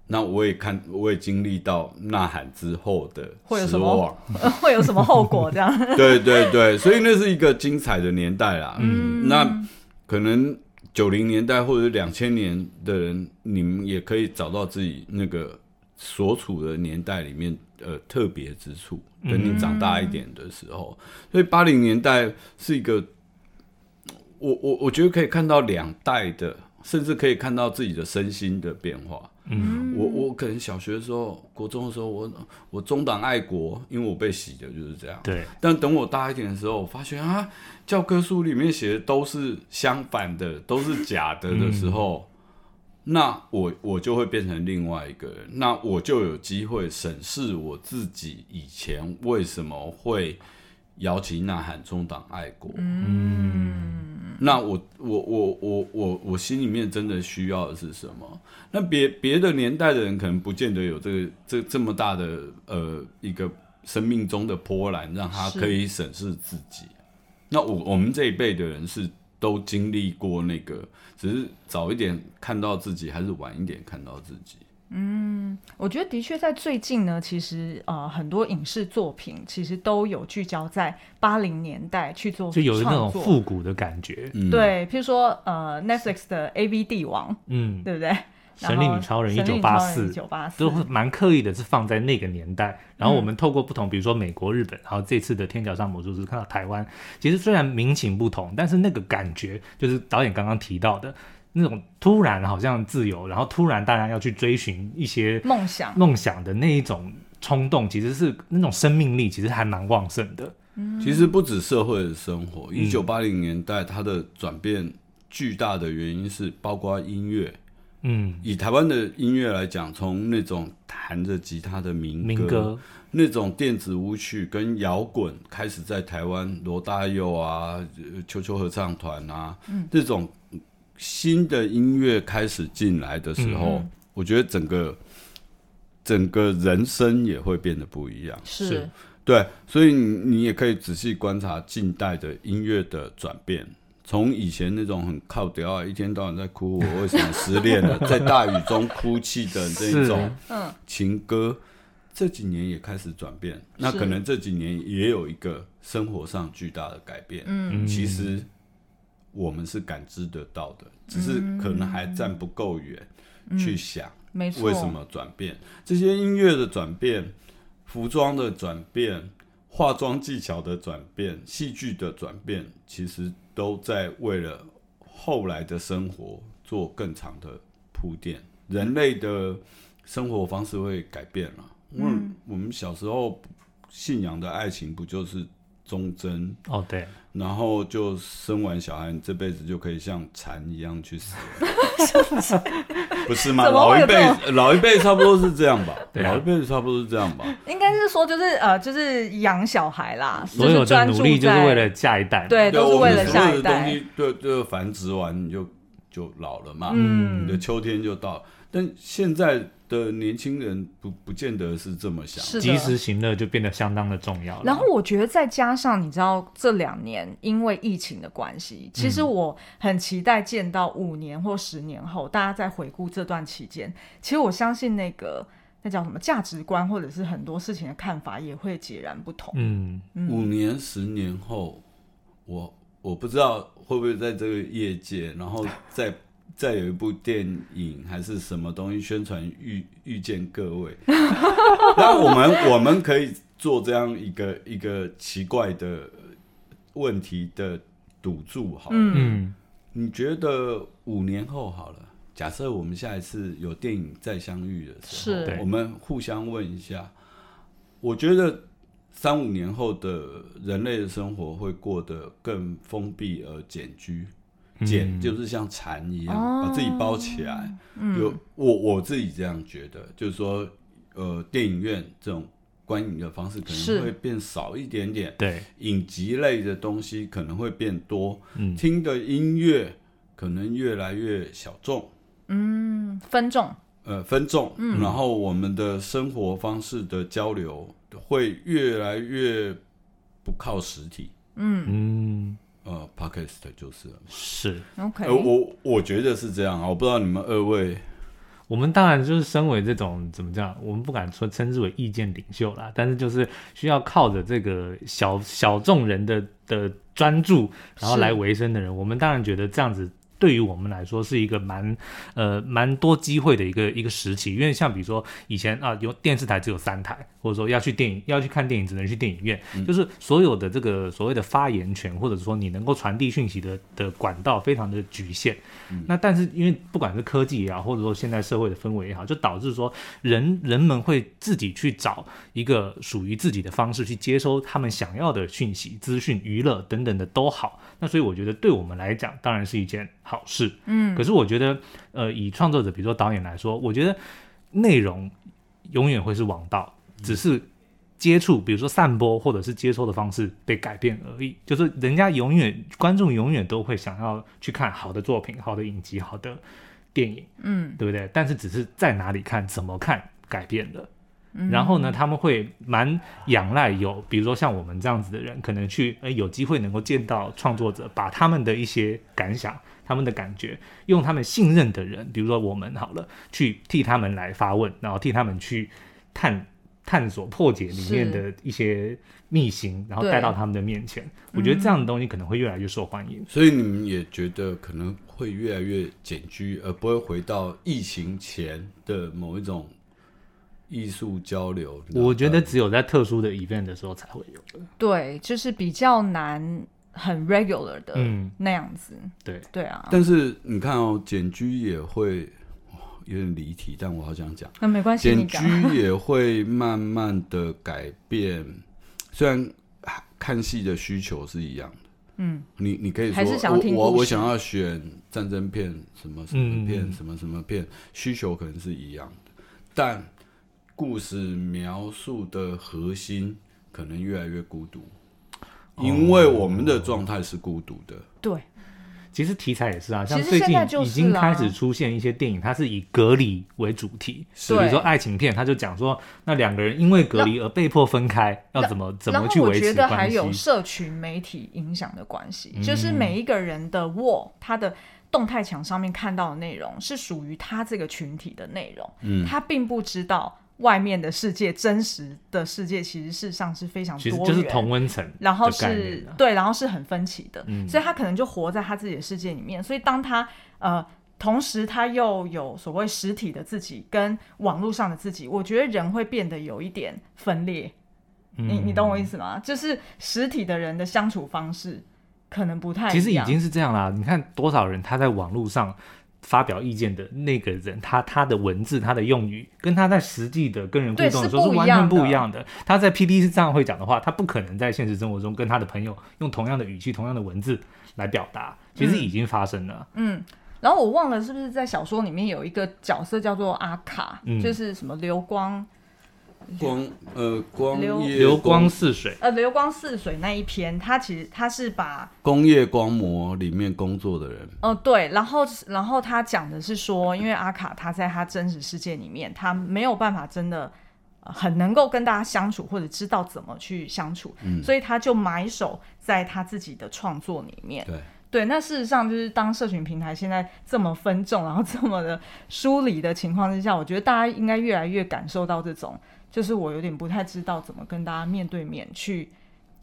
[SPEAKER 3] 那我也看，我也经历到呐喊之后的
[SPEAKER 1] 会有
[SPEAKER 3] 失
[SPEAKER 1] 什么
[SPEAKER 3] 望，
[SPEAKER 1] [LAUGHS] 会有什么后果？这样
[SPEAKER 3] 对对对，所以那是一个精彩的年代啦。嗯，那可能九零年代或者两千年的人，你们也可以找到自己那个所处的年代里面呃特别之处。等你长大一点的时候，所以八零年代是一个，我我我觉得可以看到两代的，甚至可以看到自己的身心的变化。
[SPEAKER 2] 嗯，
[SPEAKER 3] 我我可能小学的时候、国中的时候，我我中党爱国，因为我被洗的就是这样。
[SPEAKER 2] 对，
[SPEAKER 3] 但等我大一点的时候，我发现啊，教科书里面写的都是相反的，都是假的的时候，那我我就会变成另外一个人，那我就有机会审视我自己以前为什么会摇旗呐喊、中党爱国。那我我我我我我心里面真的需要的是什么？那别别的年代的人可能不见得有这个这这么大的呃一个生命中的波澜，让他
[SPEAKER 1] 是
[SPEAKER 3] 可以审视自己。那我我们这一辈的人是都经历过那个，只是早一点看到自己，还是晚一点看到自己。
[SPEAKER 1] 我觉得的确在最近呢，其实呃很多影视作品其实都有聚焦在八零年代去做
[SPEAKER 2] 就有那种
[SPEAKER 1] 创作
[SPEAKER 2] 复古的感觉。
[SPEAKER 3] 嗯，，
[SPEAKER 1] 对，譬如说呃 Netflix 的 A V 帝王，
[SPEAKER 2] 嗯，
[SPEAKER 1] 对不对？
[SPEAKER 2] 神力女超人1984
[SPEAKER 1] 一九八四
[SPEAKER 2] 都会蛮刻意的，是放在那个年
[SPEAKER 1] 嗯
[SPEAKER 2] 代。然后我们透过不同，比如说美国、日本，然后这次的《天桥上魔术师》看到台湾，其实虽然民情不同，但是那个感觉就是导演刚刚提到的那种突然好像自由，然后突然大家要去追寻一些
[SPEAKER 1] 梦想，
[SPEAKER 2] 梦想的那一种冲动，其实是那种生命力，其实还蛮旺盛的。
[SPEAKER 3] 其实不止社会的生活，
[SPEAKER 2] 嗯
[SPEAKER 3] 一九八零年代它的转变巨大的原因是包括音乐。
[SPEAKER 2] 嗯，
[SPEAKER 3] 以台湾的音乐来讲，从那种弹着吉他的民
[SPEAKER 1] 嗯
[SPEAKER 3] 歌，
[SPEAKER 2] 民歌，
[SPEAKER 3] 那种电子舞曲跟摇滚开始在台湾罗大佑啊、呃秋秋合唱团啊，
[SPEAKER 2] 嗯
[SPEAKER 3] 这种新的音乐开始进来的时候，
[SPEAKER 2] 嗯
[SPEAKER 3] 我觉得整个整个人生也会变得不一样。
[SPEAKER 1] 是
[SPEAKER 2] 是
[SPEAKER 3] 对，所以你你也可以仔细观察近代的音乐的转变，从以前那种很靠屌啊，一天到晚在哭我为什么失恋了，在大雨中哭泣的这一种
[SPEAKER 1] 嗯
[SPEAKER 3] 情歌，这几年也开始转变。那可能这几年也有一个生活上巨大的改变。
[SPEAKER 1] 嗯
[SPEAKER 2] 嗯
[SPEAKER 3] 其实我们是感知得到的，只是可能还站不够远去想。
[SPEAKER 1] 没错，
[SPEAKER 3] 为什么转变？这些音乐的转变、服装的转变、化妆技巧的转变、戏剧的转变，其实都在为了后来的生活做更长的铺垫。人类的生活方式会改变了。嗯，我们小时候信仰的爱情不就是忠贞，
[SPEAKER 2] 哦，对，
[SPEAKER 3] 然后就生完小孩，你这辈子就可以像蝉一样去
[SPEAKER 1] [LAUGHS]
[SPEAKER 3] 死，不是吗？
[SPEAKER 1] 怎么
[SPEAKER 3] 老
[SPEAKER 1] 会
[SPEAKER 3] 一
[SPEAKER 1] 有这种
[SPEAKER 3] 辈老一辈差不多是这样吧，
[SPEAKER 2] 对啊
[SPEAKER 3] 老一辈子差不多是这样吧。
[SPEAKER 1] 应该是说就是呃就是养小孩啦，
[SPEAKER 2] 所有的努力
[SPEAKER 1] 就专
[SPEAKER 2] 就是是
[SPEAKER 1] 注在
[SPEAKER 2] 为了下一
[SPEAKER 1] [LAUGHS]
[SPEAKER 2] 代。
[SPEAKER 1] 对，都是
[SPEAKER 3] 我
[SPEAKER 1] 为
[SPEAKER 3] 们
[SPEAKER 1] 了
[SPEAKER 3] 所
[SPEAKER 1] 下
[SPEAKER 3] 有
[SPEAKER 1] 一
[SPEAKER 3] 的东
[SPEAKER 1] 代，
[SPEAKER 3] 西，对，就繁殖完你就就老了嘛，
[SPEAKER 1] 嗯
[SPEAKER 3] 你的秋天就到了。但现在的年轻人不不见得是这么想，
[SPEAKER 1] 是
[SPEAKER 2] 及
[SPEAKER 1] 的。
[SPEAKER 2] 时行乐就变得相当的重要了。
[SPEAKER 1] 然后我觉得再加上你知道这两年因为疫情的关
[SPEAKER 3] 嗯
[SPEAKER 1] 系，其实我很期待见到五年或十年后大家在回顾这段期间，其实我相信那个那叫什么价值观或者是很多事情的看法也会截然不同。
[SPEAKER 2] 嗯，
[SPEAKER 3] 五年、十年后，我我不知道会不会在这个业界，然后再再有一部电影还是什么东西宣传遇遇见各位， [LAUGHS] 那我们我们可以做这样一个一个奇怪的问题的赌注好了，
[SPEAKER 2] 嗯，
[SPEAKER 3] 你觉得五年后好了，假设我们下一次有电影再相遇的时候，
[SPEAKER 1] 是
[SPEAKER 2] 对
[SPEAKER 3] 我们互相问一下，我觉得三五年后的人类的生活会过得更封闭而简居，茧就是像蝉一样、
[SPEAKER 1] 哦
[SPEAKER 3] 把自己包起来。有
[SPEAKER 1] 嗯
[SPEAKER 3] 我我自己这样觉得，就是说，呃，电影院这种观影的方式可
[SPEAKER 1] 是
[SPEAKER 3] 能会变少一点点，
[SPEAKER 2] 对，
[SPEAKER 3] 影集类的东西可能会变多，
[SPEAKER 2] 嗯，
[SPEAKER 3] 听的音乐可能越来越小众。
[SPEAKER 1] 嗯，分众
[SPEAKER 3] 呃分众，然后我们的生活方式的交流会越来越不靠实体。
[SPEAKER 2] 嗯，
[SPEAKER 3] 呃，podcast 就是了。
[SPEAKER 2] 是
[SPEAKER 1] ，OK，
[SPEAKER 3] 呃，我我觉得是这样啊，我不知道你们二位，
[SPEAKER 2] 我们当然就是身为这种怎么讲，我们不敢说称之为意见领袖啦，但是就是需要靠着这个小小众人的的专注，然后
[SPEAKER 1] 是
[SPEAKER 2] 来维生的人，我们当然觉得这样子。对于我们来说是一个蛮呃蛮多机会的一个一个时期，因为像比如说以前啊有电视台只有三台，或者说要去电影要去看电影只能去电影院，就是所有的这个所谓的发言权或者说你能够传递讯息的的管道非常的局限。嗯那但是因为不管是科技也好，或者说现在社会的氛围也好，就导致说人人们会自己去找一个属于自己的方式去接收他们想要的讯息、资讯、娱乐等等的都好。那所以我觉得对我们来讲，当然是一件好事。嗯，可是我觉得，呃，以创作者，比如说导演来说，我觉得内容永远会是王道，只是接触，比如说散播或者是接收的方式被改变而已。就是人家永远观众永远都会想要去看好的作品、好的影集、好的电影，
[SPEAKER 1] 嗯，
[SPEAKER 2] 对不对？但是只是在哪里看、怎么看改变了。
[SPEAKER 1] 嗯
[SPEAKER 2] 然后呢，他们会蛮仰赖有，比如说像我们这样子的人，可能去呃有机会能够见到创作者，把他们的一些感想、他们的感觉，用他们信任的人，比如说我们好了，去替他们来发问，然后替他们去探探索、破解里面
[SPEAKER 1] 是
[SPEAKER 2] 的一些秘辛，然后
[SPEAKER 1] 对
[SPEAKER 2] 带到他们的面前。我觉得这样的东西可能会越来越受欢迎。
[SPEAKER 3] 所以你们也觉得可能会越来越简居，而不会回到疫情前的某一种艺术交流。你知道吗
[SPEAKER 2] 我觉得只有在特殊的 event 的时候才会有。
[SPEAKER 1] 对，就是比较难很 regular 的
[SPEAKER 2] 嗯，
[SPEAKER 1] 那样子，
[SPEAKER 2] 对，
[SPEAKER 1] 对啊，
[SPEAKER 3] 但是你看哦，简居也会哦有点离题，但我好想讲。
[SPEAKER 1] 那没关系，你
[SPEAKER 3] 简
[SPEAKER 1] 讲，
[SPEAKER 3] 居也会慢慢的改变， [COUGHS] 虽然啊看戏的需求是一样的。
[SPEAKER 1] 嗯，
[SPEAKER 3] 你你可以
[SPEAKER 1] 还
[SPEAKER 3] 说
[SPEAKER 1] 是想要
[SPEAKER 3] 我
[SPEAKER 1] 听
[SPEAKER 3] 我
[SPEAKER 1] 故
[SPEAKER 3] 我
[SPEAKER 1] 事
[SPEAKER 3] 想要选战争片，什么什么片，
[SPEAKER 2] 嗯
[SPEAKER 3] 什么什么片，需求可能是一样的，但故事描述的核心可能越来越孤独，
[SPEAKER 2] 哦
[SPEAKER 3] 因为我们的状态是孤独的。
[SPEAKER 1] 对，
[SPEAKER 2] 其实题材也是啊，像
[SPEAKER 1] 其实
[SPEAKER 2] 最近
[SPEAKER 1] 现在就是
[SPEAKER 2] 已经
[SPEAKER 1] 啦
[SPEAKER 2] 开始出现一些电影，它是以隔离为主题，比
[SPEAKER 1] 是
[SPEAKER 2] 如说爱情片，它就讲说那两个人因为隔离而被迫分开，要
[SPEAKER 1] 那
[SPEAKER 2] 怎么怎
[SPEAKER 1] 然
[SPEAKER 2] 么
[SPEAKER 1] 后
[SPEAKER 2] 去
[SPEAKER 1] 我
[SPEAKER 2] 维
[SPEAKER 1] 觉
[SPEAKER 2] 持
[SPEAKER 1] 得还
[SPEAKER 2] 关系嗯
[SPEAKER 1] 有。社群媒体影响的关系，就是每一个人的 wall，他的动态墙上面看到的内容是属于他这个群体的内容，
[SPEAKER 3] 嗯
[SPEAKER 1] 他并不知道外面的世界真实的世界其实事实上是非常
[SPEAKER 2] 其实
[SPEAKER 1] 多
[SPEAKER 2] 就是
[SPEAKER 1] 元
[SPEAKER 2] 同温层的概念啊，嗯
[SPEAKER 1] 然后是对，然后是很分歧的，所以他可能就活在他自己的世界里面。所以当他呃，同时他又有所谓实体的自己跟网络上的自己，我觉得人会变得有一点分裂。你
[SPEAKER 2] 嗯
[SPEAKER 1] 你懂我意思吗？就是实体的人的相处方式可能不太
[SPEAKER 2] 其实
[SPEAKER 1] 一
[SPEAKER 2] 已
[SPEAKER 1] 样
[SPEAKER 2] 经是这样啦。你看多少人他在网络上发表意见的那个人，他他的文字、他的用语，跟他在实际的跟人互
[SPEAKER 1] 对
[SPEAKER 2] 动的
[SPEAKER 1] 是
[SPEAKER 2] 时候是
[SPEAKER 1] 不一
[SPEAKER 2] 完
[SPEAKER 1] 样
[SPEAKER 2] 全不
[SPEAKER 1] 的
[SPEAKER 2] 一样的。他在 PPT 上会讲的话，他不可能在现实生活中跟他的朋友用同样的语气、同样的文字来表达。其
[SPEAKER 1] 嗯
[SPEAKER 2] 实已经发生了，
[SPEAKER 1] 然后我忘了是不是在小说里面有一个角色叫做阿卡，
[SPEAKER 2] 嗯
[SPEAKER 1] 就是什么流光
[SPEAKER 3] 光呃光
[SPEAKER 1] 流
[SPEAKER 3] 夜
[SPEAKER 2] 流光似水。
[SPEAKER 1] 呃流光似水那一篇，他其实他是把
[SPEAKER 3] 工业光魔里面工作的人，
[SPEAKER 1] 哦，对，然后然后他讲的是说，因为阿卡他在他真实世界里面，他没有办法真的呃很能够跟大家相处，或者知道怎么去相处，
[SPEAKER 2] 嗯
[SPEAKER 1] 所以他就埋首在他自己的创作里面。
[SPEAKER 3] 对。
[SPEAKER 1] 对，那事实上就是当社群平台现在这么分众，然后这么的疏离的情况之下，我觉得大家应该越来越感受到这种，就是我有点不太知道怎么跟大家面对面去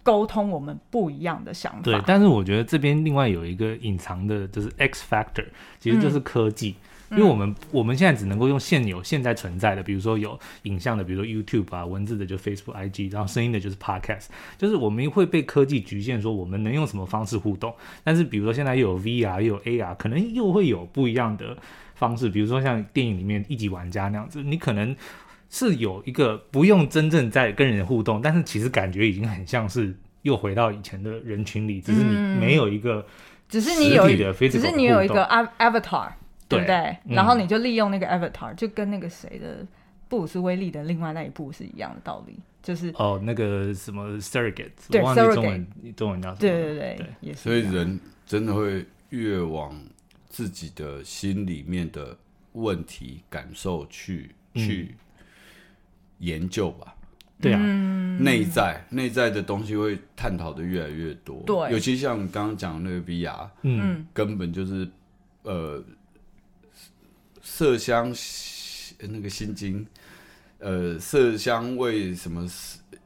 [SPEAKER 1] 沟通我们不一样的想法。
[SPEAKER 2] 对，但是我觉得这边另外有一个隐藏的，就是 X factor，其实就是
[SPEAKER 1] 嗯
[SPEAKER 2] 科技。因为我们我们现在只能够用现有现在存在的，比如说有影像的，比如说 YouTube 啊，文字的就 Facebook、IG，然后声音的就是 Podcast，就是我们会被科技局限，说我们能用什么方式互动。但是比如说现在又有 VR 又有 AR，可能又会有不一样的方式，比如说像电影里面一级玩家那样子，你可能是有一个不用真正在跟人互动，但是其实感觉已经很像是又回到以前的人群里，只是你没有一个
[SPEAKER 1] 嗯只是你有
[SPEAKER 2] 实
[SPEAKER 1] 一
[SPEAKER 2] 体的 physical
[SPEAKER 1] 只是你有一
[SPEAKER 2] 的
[SPEAKER 1] 个 av- avatar，对不对？
[SPEAKER 2] 对嗯
[SPEAKER 1] 然后你就利用那个 avatar，就跟那个谁的布鲁斯威利的另外那一部是一样的道理，就是
[SPEAKER 2] 哦，那个什么 surrogate，
[SPEAKER 1] 对
[SPEAKER 2] 我忘记
[SPEAKER 1] surrogate
[SPEAKER 2] 中文中文叫什么了？
[SPEAKER 1] 对对对，也是
[SPEAKER 3] 所以
[SPEAKER 1] 一样。
[SPEAKER 3] 人真的会越往自己的心里面的问题感受去、
[SPEAKER 2] 嗯
[SPEAKER 3] 去研究吧，
[SPEAKER 2] 对啊，
[SPEAKER 1] 嗯
[SPEAKER 3] 内在内在的东西会探讨的越来越多。
[SPEAKER 1] 对
[SPEAKER 3] 尤其像你刚刚讲的那个 VR，
[SPEAKER 2] 嗯，
[SPEAKER 3] 根本就是呃，麝香那个心经，呃，麝香为什么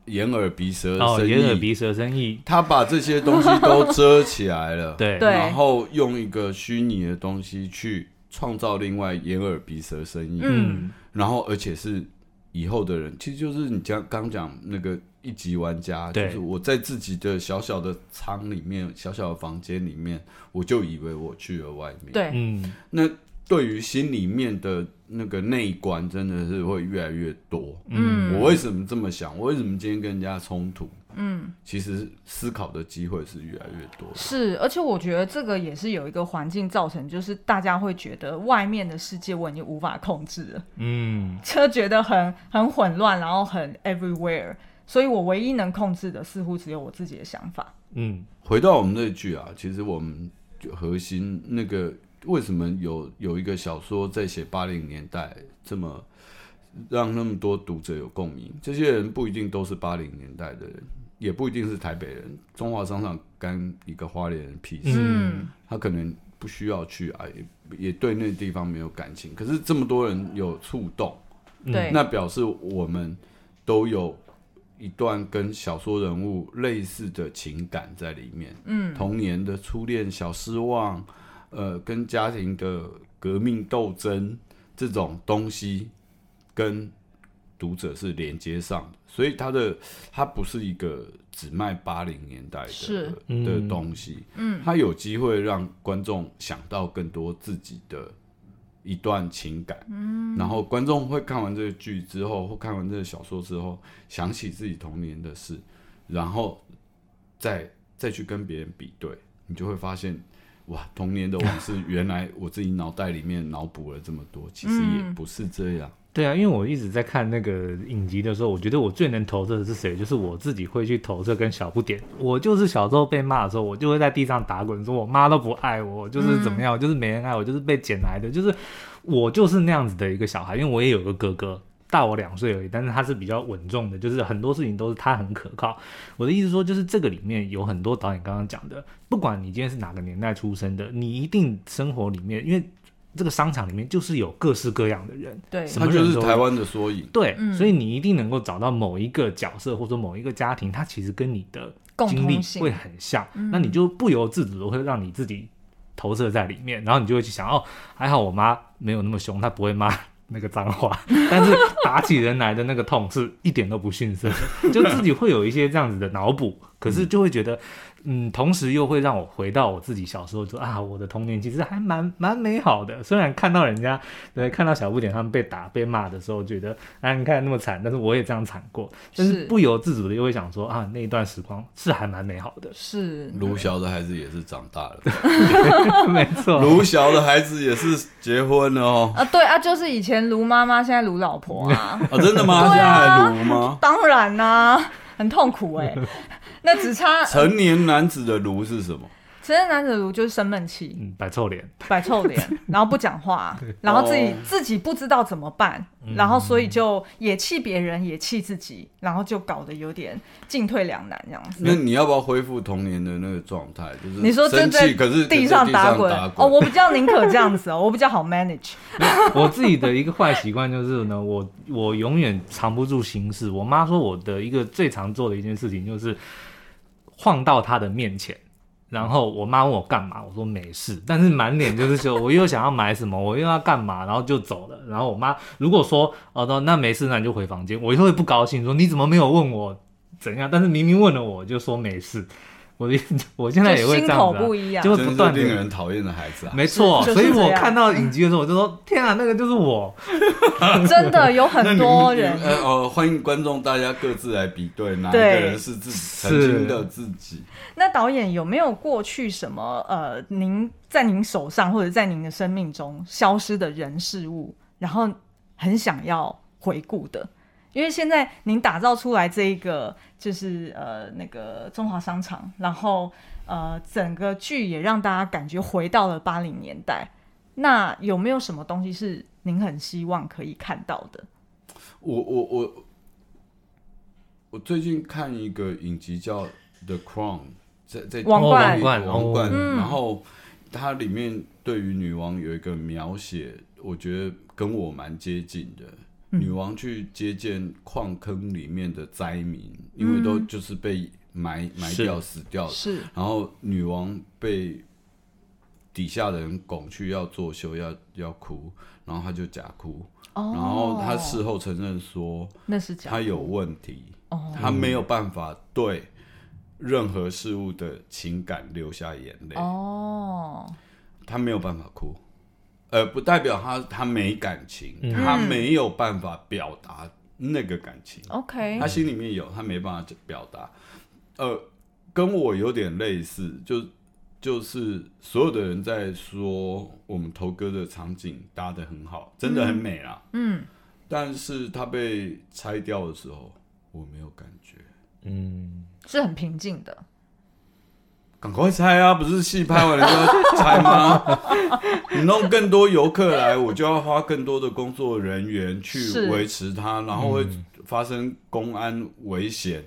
[SPEAKER 3] 眼耳鼻舌
[SPEAKER 2] 哦，
[SPEAKER 3] 身
[SPEAKER 2] 眼耳
[SPEAKER 3] 意，
[SPEAKER 2] 鼻舌身意，
[SPEAKER 3] 他把这些东西都遮起来了。
[SPEAKER 2] 对
[SPEAKER 1] 对
[SPEAKER 3] 然后用一个虚拟的东西去创造另外眼耳鼻舌身意，
[SPEAKER 1] 嗯，
[SPEAKER 3] 然后而且是以后的人，其实就是你讲刚讲那个一级玩家，就
[SPEAKER 2] 对
[SPEAKER 3] 是我在自己的小小的舱里面、小小的房间里面，我就以为我去了外面。，
[SPEAKER 1] 对，
[SPEAKER 2] 嗯，
[SPEAKER 3] 那对于心里面的那个内观，真的是会越来越多。
[SPEAKER 1] 嗯，
[SPEAKER 3] 我为什么这么想？我为什么今天跟人家冲突？嗯，其实思考的机会是越来越多的。
[SPEAKER 1] 是，而且我觉得这个也是有一个环境造成，就是大家会觉得外面的世界我已经无法控制了，
[SPEAKER 2] 嗯，
[SPEAKER 1] 就觉得很很混乱，然后很 everywhere，所以我唯一能控制的似乎只有我自己的想法。
[SPEAKER 2] 嗯，
[SPEAKER 3] 回到我们这一句啊，其实我们就核心那个为什么有有一个小说在写八零年代这么让那么多读者有共鸣？这些人不一定都是八零年代的人，也不一定是台北人。中华商场干一个花莲人屁事，
[SPEAKER 1] 嗯，
[SPEAKER 3] 他可能不需要去啊，也也对那地方没有感情。可是这么多人有触动，
[SPEAKER 2] 嗯
[SPEAKER 1] 对，
[SPEAKER 3] 那表示我们都有一段跟小说人物类似的情感在里面。嗯，童年的初恋、小失望，呃，跟家庭的革命斗争这种东西，跟读者是连接上的，所以它的它不是一个只卖八零年代
[SPEAKER 1] 是
[SPEAKER 3] 的的东西。嗯，它有机会让观众想到更多自己的。一段情感，嗯，然后观众会看完这个剧之后，或看完这个小说之后，想起自己童年的事，然后再再去跟别人比对，你就会发现，哇，童年的往事原来我自己脑袋里面脑补了这么多，其实也不是这样。
[SPEAKER 2] 对啊，因为我一直在看那个影集的时候，我觉得我最能投射的是谁，就是我自己会去投射跟小不点。我就是小时候被骂的时候，我就会在地上打滚，说我妈都不爱我，我就是怎么样，我就是没人爱我，就是被捡来的，就是我就是那样子的一个小孩。因为我也有个哥哥，大我两岁而已，但是他是比较稳重的，就是很多事情都是他很可靠。我的意思说，就是这个里面有很多导演刚刚讲的，不管你今天是哪个年代出生的，你一定生活里面，因为这个商场里面就是有各式各样的人。
[SPEAKER 1] 对，
[SPEAKER 2] 什
[SPEAKER 3] 它
[SPEAKER 2] 么
[SPEAKER 3] 就
[SPEAKER 2] 人
[SPEAKER 3] 是
[SPEAKER 2] 都
[SPEAKER 3] 台湾的缩影，
[SPEAKER 2] 对，
[SPEAKER 1] 嗯
[SPEAKER 2] 所以你一定能够找到某一个角色或者某一个家庭，它其实跟你的
[SPEAKER 1] 共
[SPEAKER 2] 经历
[SPEAKER 1] 通性嗯
[SPEAKER 2] 会很像，那你就不由自主的会让你自己投射在里面，然后你就会去想，哦，还好我妈没有那么凶，她不会骂那个脏话， [LAUGHS] 但是打起人来的那个痛是一点都不逊色的，就自己会有一些这样子的脑补，可是就会觉得，嗯，同时又会让我回到我自己小时候说啊，我的童年其实还蛮蛮美好的，虽然看到人家对看到小不点他们被打被骂的时候，觉得啊你看那么惨，但是我也这样惨过，但
[SPEAKER 1] 是，
[SPEAKER 2] 是不由自主的又会想说啊那一段时光是还蛮美好的
[SPEAKER 1] 是
[SPEAKER 3] 卢晓的孩子也是长大了，
[SPEAKER 2] 没错，
[SPEAKER 3] 卢晓的孩子也是结婚了哦。
[SPEAKER 1] 啊，对啊，就是以前卢妈妈，现在卢老婆
[SPEAKER 3] [LAUGHS]
[SPEAKER 1] 啊，
[SPEAKER 3] 啊，真的吗？现
[SPEAKER 1] 对
[SPEAKER 3] 在
[SPEAKER 1] 啊
[SPEAKER 3] 还卢吗？
[SPEAKER 1] 当然啦、很痛苦哎、那只
[SPEAKER 3] [LAUGHS]
[SPEAKER 1] 差
[SPEAKER 3] 成年男子的卢是什么？
[SPEAKER 1] 成人男子卢就是生闷气、
[SPEAKER 2] 嗯，摆臭脸，
[SPEAKER 1] 摆臭
[SPEAKER 3] [LAUGHS]
[SPEAKER 1] 脸，然后不讲话，然后自己、
[SPEAKER 3] 哦嗯
[SPEAKER 1] 自己不知道怎么办，然后所以就也气别人，也气自己，然后就搞得有点进退两难这样子。
[SPEAKER 3] 那你要不要恢复童年的那个状态？就是
[SPEAKER 1] 你说这
[SPEAKER 3] 生
[SPEAKER 1] 在
[SPEAKER 3] 气，可是
[SPEAKER 1] 地
[SPEAKER 3] 可是
[SPEAKER 1] 上打
[SPEAKER 3] 滚
[SPEAKER 1] 滚哦，我比较宁可这样子哦，我比较好 manage。
[SPEAKER 2] 我自己的一个坏习惯就是呢，我我永远藏不住心事。我妈说我的一个最常做的一件事情就是晃到她的面前，然后我妈问我干嘛，我说没事，但是满脸就是说我又想要买什么，我又要干嘛，然后就走了。然后我妈如果说哦那那没事，那你就回房间，我就会不高兴，说你怎么没有问我怎样？但是明明问了我就说没事。我的意思，我 [LAUGHS] 现在也会
[SPEAKER 1] 心
[SPEAKER 2] 这样
[SPEAKER 1] 口
[SPEAKER 2] 子、啊
[SPEAKER 1] 不，一样
[SPEAKER 2] 就。会
[SPEAKER 3] 真
[SPEAKER 2] 不
[SPEAKER 3] 是
[SPEAKER 2] 断
[SPEAKER 3] 令
[SPEAKER 2] 的。
[SPEAKER 3] 人讨厌的孩子啊！
[SPEAKER 2] 没错，
[SPEAKER 1] 就是
[SPEAKER 2] 所以
[SPEAKER 1] 这
[SPEAKER 2] 我
[SPEAKER 1] 样
[SPEAKER 2] 看到影集的时候，我就说：“天啊，那个就是我。
[SPEAKER 1] 真的有
[SPEAKER 3] 那
[SPEAKER 1] 很
[SPEAKER 3] 你
[SPEAKER 1] 多
[SPEAKER 3] 你
[SPEAKER 1] 人，
[SPEAKER 3] 呃哦，欢迎观众大家各自来比对哪一个
[SPEAKER 1] 对
[SPEAKER 3] 人是自己曾经的自己。
[SPEAKER 1] 那导演有没有过去什么呃，您在您手上或者在您的生命中消失的人事物，然后很想要回顾的？因为现在您打造出来这一个就是呃那个中华商场，然后呃整个剧也让大家感觉回到了八零年代。那有没有什么东西是您很希望可以看到的？
[SPEAKER 3] 我我我我最近看一个影集叫《The Crown》，在在
[SPEAKER 1] 王
[SPEAKER 2] 哦
[SPEAKER 1] 冠
[SPEAKER 2] 王冠，
[SPEAKER 3] 王
[SPEAKER 2] 哦
[SPEAKER 3] 冠，
[SPEAKER 1] 嗯
[SPEAKER 3] 然后它里面对于女王有一个描写，我觉得跟我蛮接近的。
[SPEAKER 1] 嗯
[SPEAKER 3] 女王去接见矿坑里面的灾民，因为
[SPEAKER 1] 嗯
[SPEAKER 3] 都就是被埋埋掉、死掉了。
[SPEAKER 1] 是
[SPEAKER 3] 然后女王被底下的人拱去要作秀，要要哭，然后她就假哭，
[SPEAKER 1] 哦，
[SPEAKER 3] 然后她事后承认说
[SPEAKER 1] 那是假
[SPEAKER 3] 她有问题，
[SPEAKER 1] 哦
[SPEAKER 3] 她没有办法对任何事物的情感流下眼泪，
[SPEAKER 1] 哦，
[SPEAKER 3] 她没有办法哭。呃，不代表她她没感情，
[SPEAKER 2] 嗯
[SPEAKER 3] 她没有办法表达那个感情。
[SPEAKER 1] OK，
[SPEAKER 3] 他心里面有，他没办法表达。呃，跟我有点类似，就就是所有的人在说我们头哥的场景搭的很好，真的很美啦。
[SPEAKER 1] 嗯，
[SPEAKER 3] 但是他被拆掉的时候，我没有感觉。
[SPEAKER 2] 嗯，
[SPEAKER 1] 是很平静的。
[SPEAKER 3] 赶快拆啊！不是戏拍完了就要拆吗？你弄更多游客来，我就要花更多的工作人员去
[SPEAKER 1] 是
[SPEAKER 3] 维持它，然后会发生公安危险。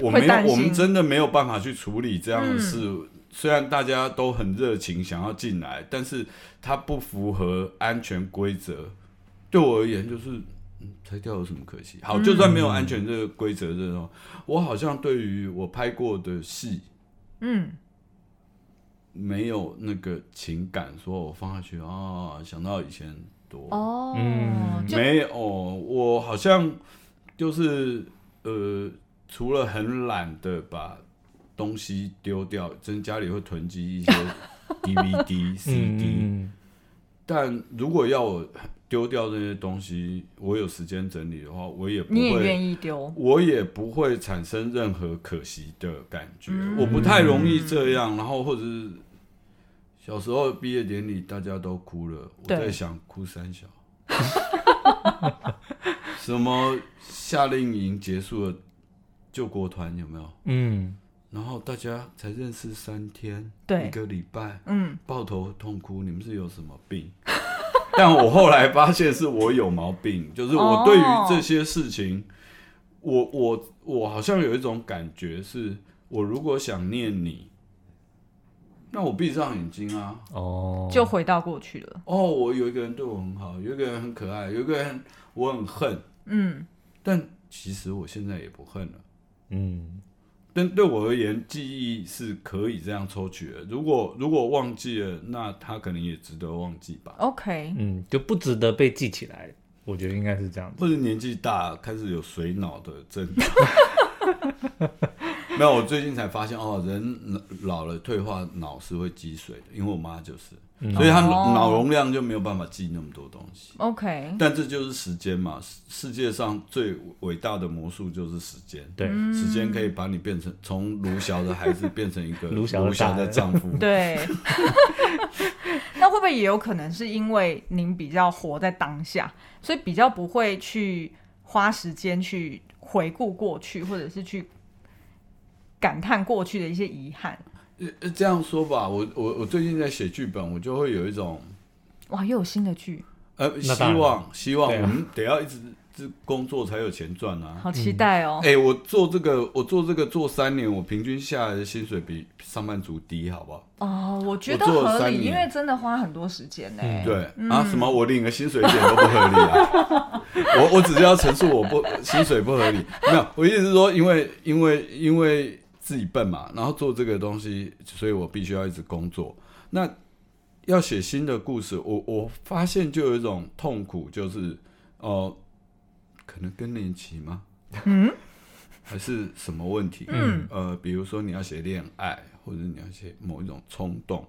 [SPEAKER 3] 我
[SPEAKER 1] 会
[SPEAKER 3] 没有
[SPEAKER 1] 担，心
[SPEAKER 3] 我们真的没有办法去处理这样的事。嗯虽然大家都很热情想要进来，但是它不符合安全规则。对我而言，就是嗯拆掉有什么可惜？好，就算没有安全这个规则这种，我好像对于我拍过的戏，
[SPEAKER 1] 嗯，
[SPEAKER 3] 没有那个情感，说我放下去啊，想到以前多、
[SPEAKER 1] 哦，
[SPEAKER 2] 嗯
[SPEAKER 1] 就
[SPEAKER 3] 没有，我好像就是呃，除了很懒的把东西丢掉，真家里会囤积一
[SPEAKER 1] [LAUGHS]
[SPEAKER 3] 些 DVD、CD，、
[SPEAKER 2] 嗯
[SPEAKER 3] 但如果要我丢掉这些东西，我有时间整理的话，我也不
[SPEAKER 1] 你也
[SPEAKER 3] 会
[SPEAKER 1] 愿意丢，
[SPEAKER 3] 我也不会产生任何可惜的感觉，
[SPEAKER 1] 嗯
[SPEAKER 3] 我不太容易这样。然后或者是小时候毕业典礼大家都哭了，我
[SPEAKER 1] 对
[SPEAKER 3] 在想哭三小， [LAUGHS] 什么夏令营结束了，救国团有没有？
[SPEAKER 2] 嗯
[SPEAKER 3] 然后大家才认识三天，
[SPEAKER 1] 对
[SPEAKER 3] 一个礼拜，
[SPEAKER 1] 嗯，
[SPEAKER 3] 抱头痛哭，你们是有什么病？ [LAUGHS] 但我后来发现是我有毛病，就是我对于这些事情，我我我好像有一种感觉是，我如果想念你，那我闭上眼睛啊。
[SPEAKER 2] 哦，
[SPEAKER 1] 就回到过去了。
[SPEAKER 3] 哦，我有一个人对我很好，有一个人很可爱，有一个人我很恨，
[SPEAKER 1] 嗯，
[SPEAKER 3] 但其实我现在也不恨了。
[SPEAKER 2] 嗯
[SPEAKER 3] 但对我而言，记忆是可以这样抽取的。如果如果忘记了，那他可能也值得忘记吧。
[SPEAKER 1] OK，
[SPEAKER 2] 嗯，就不值得被记起来，我觉得应该是这样子。
[SPEAKER 3] 或者年纪大开始有水脑的症状。 [LAUGHS] 没有，我最近才发现哦，人老了退化，脑是会积水的，因为我妈就是，
[SPEAKER 2] 嗯
[SPEAKER 3] 所以她
[SPEAKER 1] 哦
[SPEAKER 3] 脑容量就没有办法记那么多东西。
[SPEAKER 1] OK，
[SPEAKER 3] 但这就是时间嘛，世世界上最伟大的魔术就是时间。
[SPEAKER 2] 对，
[SPEAKER 3] 时间可以把你变成从卢小的孩子变成一个
[SPEAKER 2] 卢小的大
[SPEAKER 3] 的
[SPEAKER 2] 人
[SPEAKER 3] 丈夫。
[SPEAKER 1] [LAUGHS] 对。那会不会也有可能是因为您比较活在当下，所以比较不会去花时间去回顾过去，或者是去感叹过去的一些遗憾？
[SPEAKER 3] 呃这样说吧，我我我最近在写剧本，我就会有一种
[SPEAKER 1] 哇，又有新的剧，
[SPEAKER 3] 呃
[SPEAKER 2] 那
[SPEAKER 3] 希
[SPEAKER 2] 当然
[SPEAKER 3] 望希望
[SPEAKER 2] 对啊
[SPEAKER 3] 我们得要一直这工作才有钱赚啊。
[SPEAKER 1] 好期待哦！
[SPEAKER 3] 哎、我做这个我做这个做三年，我平均下来的薪水比上班族低，好不好？
[SPEAKER 1] 哦，我觉
[SPEAKER 3] 我
[SPEAKER 1] 得
[SPEAKER 3] 做了
[SPEAKER 1] 合
[SPEAKER 3] 三
[SPEAKER 1] 理，因
[SPEAKER 3] 年
[SPEAKER 1] 为真的花很多时间呢、
[SPEAKER 3] 对、啊，什么我领个薪水一点都不合理啊！ [LAUGHS] 我我只是要陈述我不薪水不合理，没有，我意思是说，因为因为因为自己笨嘛，然后做这个东西，所以我必须要一直工作。那要写新的故事，我我发现就有一种痛苦，就是哦、呃可能更年期吗？还是什么问题？
[SPEAKER 1] 嗯，
[SPEAKER 3] 呃，比如说你要写恋爱，或者你要写某一种冲动，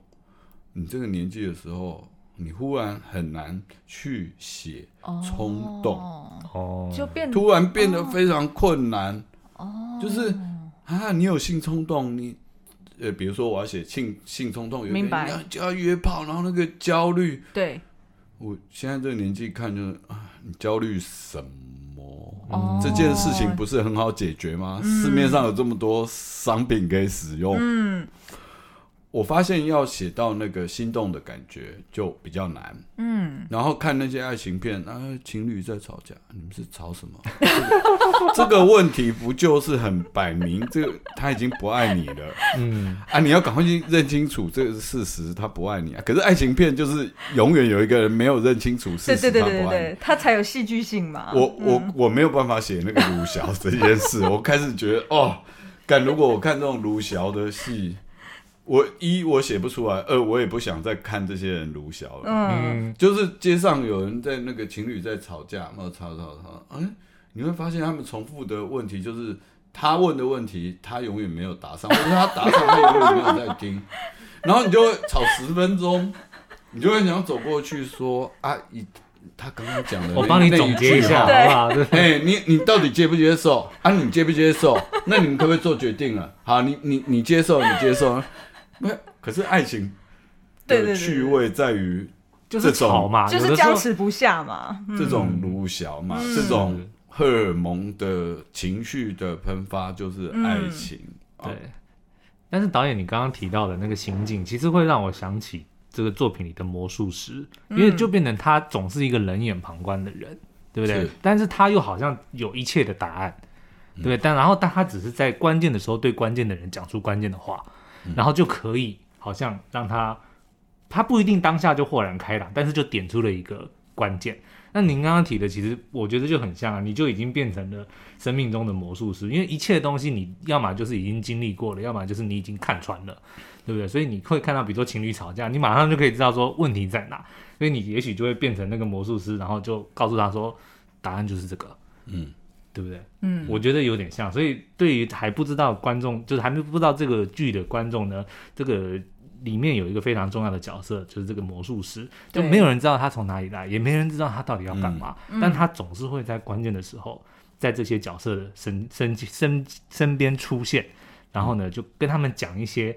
[SPEAKER 3] 你这个年纪的时候，你忽然很难去写冲动，
[SPEAKER 1] 哦
[SPEAKER 2] 哦，
[SPEAKER 1] 就变
[SPEAKER 3] 突然变得非常困难。哦，就是啊，你有性冲动，你呃，比如说我要写性性冲动，有点
[SPEAKER 1] 明白
[SPEAKER 3] 要就要约炮，然后那个焦虑，
[SPEAKER 1] 对
[SPEAKER 3] 我现在这个年纪看就是啊，你焦虑什么？
[SPEAKER 2] 嗯
[SPEAKER 1] 哦，
[SPEAKER 3] 这件事情不是很好解决吗？市面上有这么多商品可以使用。
[SPEAKER 1] 嗯
[SPEAKER 3] 我发现要写到那个心动的感觉就比较难。
[SPEAKER 1] 嗯，
[SPEAKER 3] 然后看那些爱情片，啊，情侣在吵架，你们是吵什么？ [LAUGHS] 这个、这个问题不就是很摆明，这个他已经不爱你了
[SPEAKER 2] 嗯，
[SPEAKER 3] 啊！你要赶快去认清楚这个是事实，他不爱你啊。可是爱情片就是永远有一个人没有认清楚事
[SPEAKER 1] 对对
[SPEAKER 3] 实，
[SPEAKER 1] 对
[SPEAKER 3] 他不爱
[SPEAKER 1] 对
[SPEAKER 3] 你。
[SPEAKER 1] 对，它才有戏剧性
[SPEAKER 2] 啊
[SPEAKER 1] 嘛。
[SPEAKER 3] 我我我没有办法写那个卢晓这件事， [LAUGHS] 我开始觉得哦，干如果我看这种卢晓的戏，我一我写不出来，二我也不想再看这些人卢晓了。
[SPEAKER 1] 嗯
[SPEAKER 3] 就是街上有人在那个情侣在吵架，嘛，吵吵吵，哎、你会发现他们重复的问题就是他问的问题，他永远没有答上，或者他答上他永远没有在听，然后你就会吵十分钟，你就会想走过去说啊，一他刚刚讲的那，
[SPEAKER 2] 我帮你
[SPEAKER 3] 那
[SPEAKER 2] 总
[SPEAKER 3] 句
[SPEAKER 2] 结一下
[SPEAKER 3] 话
[SPEAKER 2] 好不好？
[SPEAKER 1] [LAUGHS]
[SPEAKER 2] 对
[SPEAKER 3] 哎、你你到底接不接受啊？你接不接受？那你们可不可以做决定了？好，你你你接受，你接受。啊那可是爱情
[SPEAKER 1] 对对对
[SPEAKER 3] 的趣味在于
[SPEAKER 2] 就是吵嘛，
[SPEAKER 3] 嗯
[SPEAKER 1] 就
[SPEAKER 2] 有
[SPEAKER 1] 是
[SPEAKER 2] 的时候
[SPEAKER 1] 僵持不下嘛。嗯
[SPEAKER 3] 这种鲁小嘛，这种荷尔蒙的情绪的喷发就是
[SPEAKER 1] 嗯
[SPEAKER 3] 爱情。
[SPEAKER 2] 对，但是导演你刚刚提到的那个心境，其实会让我想起这个作品里的魔术师，因为就变成他总是一个冷眼旁观的人，对不对
[SPEAKER 3] 是？
[SPEAKER 2] 但是他又好像有一切的答案，对不对？但然后但他只是在关键的时候对关键的人讲出关键的话，然后就可以好像让他他不一定当下就豁然开朗，但是就点出了一个关键。那您刚刚提的，其实我觉得就很像啊，你就已经变成了生命中的魔术师，因为一切东西你要么就是已经经历过了，要么就是你已经看穿了，对不对？所以你会看到，比如说情侣吵架，你马上就可以知道说问题在哪，所以你也许就会变成那个魔术师，然后就告诉他说答案就是这个，
[SPEAKER 3] 嗯，
[SPEAKER 2] 对不对？
[SPEAKER 1] 嗯，
[SPEAKER 2] 我觉得有点像，所以对于还不知道观众，就是还没不知道这个剧的观众呢，这个里面有一个非常重要的角色，就是这个魔术师，就
[SPEAKER 1] 对嗯
[SPEAKER 2] 没有人知道他从哪里来，也没人知道他到底要干嘛，但他总是会在关键的时候，在这些角色的身身身身边出现，然后呢，就跟他们讲一些。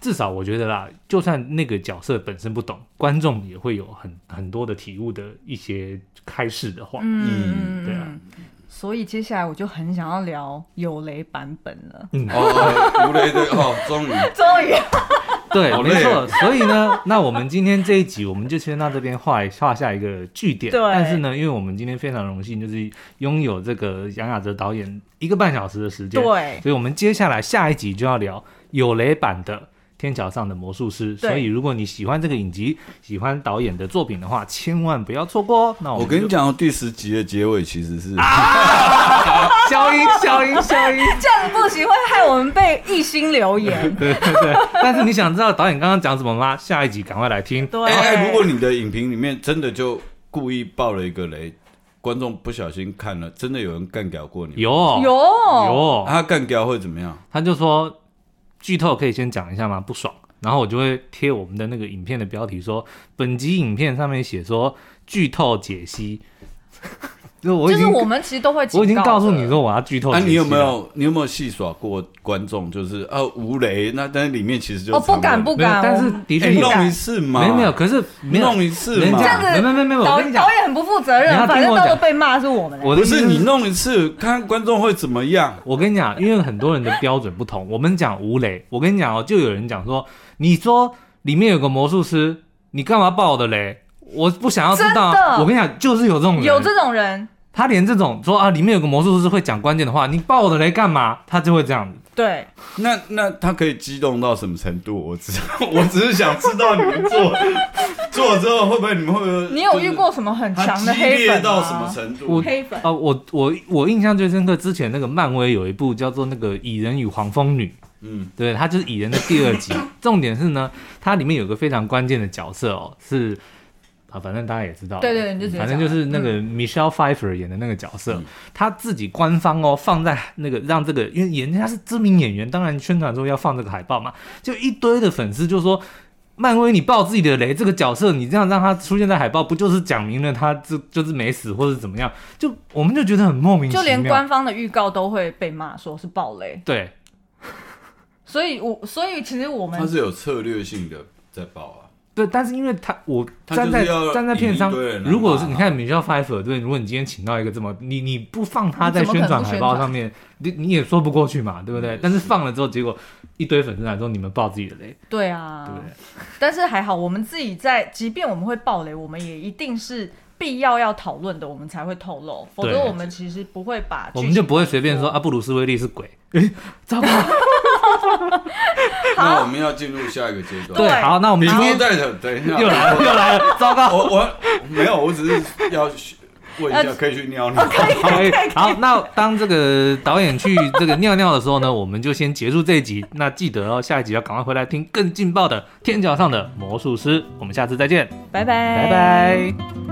[SPEAKER 2] 至少我觉得啦，就算那个角色本身不懂，观众也会有很很多的体悟的一些开示的话。
[SPEAKER 1] 嗯，
[SPEAKER 2] 对啊
[SPEAKER 1] 嗯所以接下来我就很想要聊有雷版本了。 [LAUGHS]
[SPEAKER 2] 嗯
[SPEAKER 3] 哦，吴雷的哦，终于
[SPEAKER 1] 终于，
[SPEAKER 2] [LAUGHS] 对，
[SPEAKER 3] 好累
[SPEAKER 2] 没错。所以呢，那我们今天这一集，我们就先到这边画一画下一个句点。
[SPEAKER 1] 对
[SPEAKER 2] 但是呢，因为我们今天非常荣幸，就是拥有这个杨雅哲导演一个半小时的时间。。
[SPEAKER 1] 对，
[SPEAKER 2] 所以我们接下来下一集就要聊有雷版的《天桥上的魔术师》。
[SPEAKER 1] 对
[SPEAKER 2] 所以如果你喜欢这个影集，喜欢导演的作品的话，千万不要错过哦。那我
[SPEAKER 3] [LAUGHS] 我
[SPEAKER 2] 们
[SPEAKER 3] 跟你
[SPEAKER 2] 就，
[SPEAKER 3] 讲，第十集的结尾其实是
[SPEAKER 1] 啊
[SPEAKER 2] 消音， [LAUGHS] 消音，消音。
[SPEAKER 1] 这样子不行，会害我们被一心留
[SPEAKER 3] [LAUGHS]
[SPEAKER 1] 言。
[SPEAKER 2] 对对对。但是你想知道导演刚刚讲什么吗？下一集赶快来听。
[SPEAKER 1] 对，
[SPEAKER 3] 哎哎，如果你的影评里面真的就故意爆了一个雷，观众不小心看了，真的有人干掉过你，
[SPEAKER 2] 有
[SPEAKER 1] 有
[SPEAKER 2] 有
[SPEAKER 3] 啊他干掉会怎么样？
[SPEAKER 2] 他就说剧透可以先讲一下吗？不爽。然后我就会贴我们的那个影片的标题说，本集影片上面写说剧透解析， [LAUGHS] 就我已
[SPEAKER 1] 就是
[SPEAKER 2] 经
[SPEAKER 1] 我们其实都会警
[SPEAKER 2] 我已经告诉
[SPEAKER 1] 的
[SPEAKER 2] 你，说我要剧透解
[SPEAKER 3] 那、
[SPEAKER 2] 析、
[SPEAKER 3] 啊你有没？有你有没有戏耍过观众？就是啊，吴雷，那但是里面其实就
[SPEAKER 1] 哦，不敢不
[SPEAKER 2] 没有
[SPEAKER 1] 敢，，
[SPEAKER 2] 但
[SPEAKER 1] 我
[SPEAKER 2] 是
[SPEAKER 1] 们
[SPEAKER 2] 的
[SPEAKER 3] 哎
[SPEAKER 2] 确有，
[SPEAKER 3] 弄一次嘛，
[SPEAKER 2] 没有没有，可是没有
[SPEAKER 3] 弄一次
[SPEAKER 2] 人
[SPEAKER 3] 嘛，
[SPEAKER 2] 家
[SPEAKER 1] 这样子
[SPEAKER 2] 没有没有没有，
[SPEAKER 1] 导
[SPEAKER 2] 我跟你讲
[SPEAKER 1] 导，演很不负责
[SPEAKER 2] 你要
[SPEAKER 1] 任，
[SPEAKER 2] 听
[SPEAKER 1] 反正
[SPEAKER 2] 我
[SPEAKER 1] 到时候
[SPEAKER 2] 讲
[SPEAKER 1] 被骂是我们。
[SPEAKER 2] 我的
[SPEAKER 3] 不
[SPEAKER 2] 意思
[SPEAKER 3] 是你弄一次，看观众会怎么样？
[SPEAKER 2] 我跟你讲，因为很多人的标准不同，我们讲吴磊，我跟你讲哦，就有人讲说，你说里面有个魔术师，你干嘛爆我的雷？我不想要知道
[SPEAKER 1] 真
[SPEAKER 2] 啊。
[SPEAKER 1] 的
[SPEAKER 2] 我跟你讲，就是有这种人，
[SPEAKER 1] 有这种人，
[SPEAKER 2] 他连这种说啊，里面有个魔术师会讲关键的话，你爆我的雷干嘛？他就会这样子。
[SPEAKER 1] 对，
[SPEAKER 3] 那那他可以激动到什么程度？我知道，我只是 [LAUGHS] 想知道你们做做了之后会不会你们会不会？
[SPEAKER 1] 你有遇过什么很
[SPEAKER 3] 就是他
[SPEAKER 1] 强的
[SPEAKER 3] 激
[SPEAKER 1] 黑
[SPEAKER 3] 烈
[SPEAKER 1] 粉
[SPEAKER 3] 到
[SPEAKER 1] 吗
[SPEAKER 3] 什么程
[SPEAKER 2] 我
[SPEAKER 3] 度？
[SPEAKER 1] 黑粉
[SPEAKER 2] 啊，我我我印象最深刻，之前那个漫威有一部叫做那个《蚁人与黄蜂女》，
[SPEAKER 3] 嗯，
[SPEAKER 2] 对，它就是
[SPEAKER 1] [LAUGHS]
[SPEAKER 2] 《蚁人》的第二集。重点是呢，它里面有个非常关键的角色哦，是啊，反正大家也知道，
[SPEAKER 1] 对对对你就直接
[SPEAKER 2] 反正
[SPEAKER 1] 讲嗯
[SPEAKER 2] 就是那个 Michelle Pfeiffer 演的那个角色，他自己官方哦放在那个让这个，因为人家是知名演员，当然宣传说要放这个海报嘛，就一堆的粉丝就说。漫威，你爆自己的雷，这个角色你这样让他出现在海报，不就是讲明了他这就是没死或者怎么样？就我们就觉得很莫名其
[SPEAKER 1] 就
[SPEAKER 2] 妙。
[SPEAKER 1] 连官方的预告都会被骂说是暴雷，
[SPEAKER 2] 对
[SPEAKER 1] 所以我所以其实我们
[SPEAKER 3] 它是有策略性的在报啊，
[SPEAKER 2] 对，但是因为他我
[SPEAKER 3] 他
[SPEAKER 2] 站在
[SPEAKER 3] 就是要
[SPEAKER 2] 站在片商
[SPEAKER 3] 引一堆人，来
[SPEAKER 2] 如果
[SPEAKER 3] 骂
[SPEAKER 2] 是
[SPEAKER 3] 啊
[SPEAKER 2] 你看 Michelle Pfeiffer 对，如果你今天请到一个这么你你不放他在
[SPEAKER 1] 你怎么
[SPEAKER 2] 宣
[SPEAKER 1] 可能不
[SPEAKER 2] 传海报
[SPEAKER 1] 宣传
[SPEAKER 2] 上面，你你也说不过去嘛，对不对
[SPEAKER 3] 嗯？
[SPEAKER 2] 但是放了之后，结果一堆粉丝来说你们爆自己的雷，
[SPEAKER 1] 对啊，
[SPEAKER 2] 对不对？
[SPEAKER 1] 但是还好，我们自己在，即便我们会爆雷，我们也一定是必要要讨论的，我们才会透露，否则
[SPEAKER 2] 对
[SPEAKER 1] 我们其实不会把，
[SPEAKER 2] 我们就不会随
[SPEAKER 3] 嗯
[SPEAKER 2] 便说。啊，布鲁斯威利是鬼，诶，
[SPEAKER 3] [LAUGHS]
[SPEAKER 2] 糟糕，
[SPEAKER 1] 啊
[SPEAKER 3] 那我们要进入下一个阶段。
[SPEAKER 2] 对，
[SPEAKER 1] 对
[SPEAKER 2] 好，那我们
[SPEAKER 3] 你
[SPEAKER 2] 今
[SPEAKER 3] 说
[SPEAKER 2] 天
[SPEAKER 3] 带着，等一下，
[SPEAKER 2] 又来
[SPEAKER 3] [LAUGHS]
[SPEAKER 2] 了又来了，糟糕。
[SPEAKER 3] 我我没有，我只是要去问一下，可以去尿
[SPEAKER 1] 哦
[SPEAKER 3] 尿。
[SPEAKER 2] 可
[SPEAKER 3] [LAUGHS]
[SPEAKER 2] 以。好，那当这个导演去这个尿尿的时候呢，我们就先结束这一集。那记得哦，下一集要赶快回来听更劲爆的《天桥上的魔术师》。我们下次再见，
[SPEAKER 1] 拜拜，
[SPEAKER 2] 拜拜。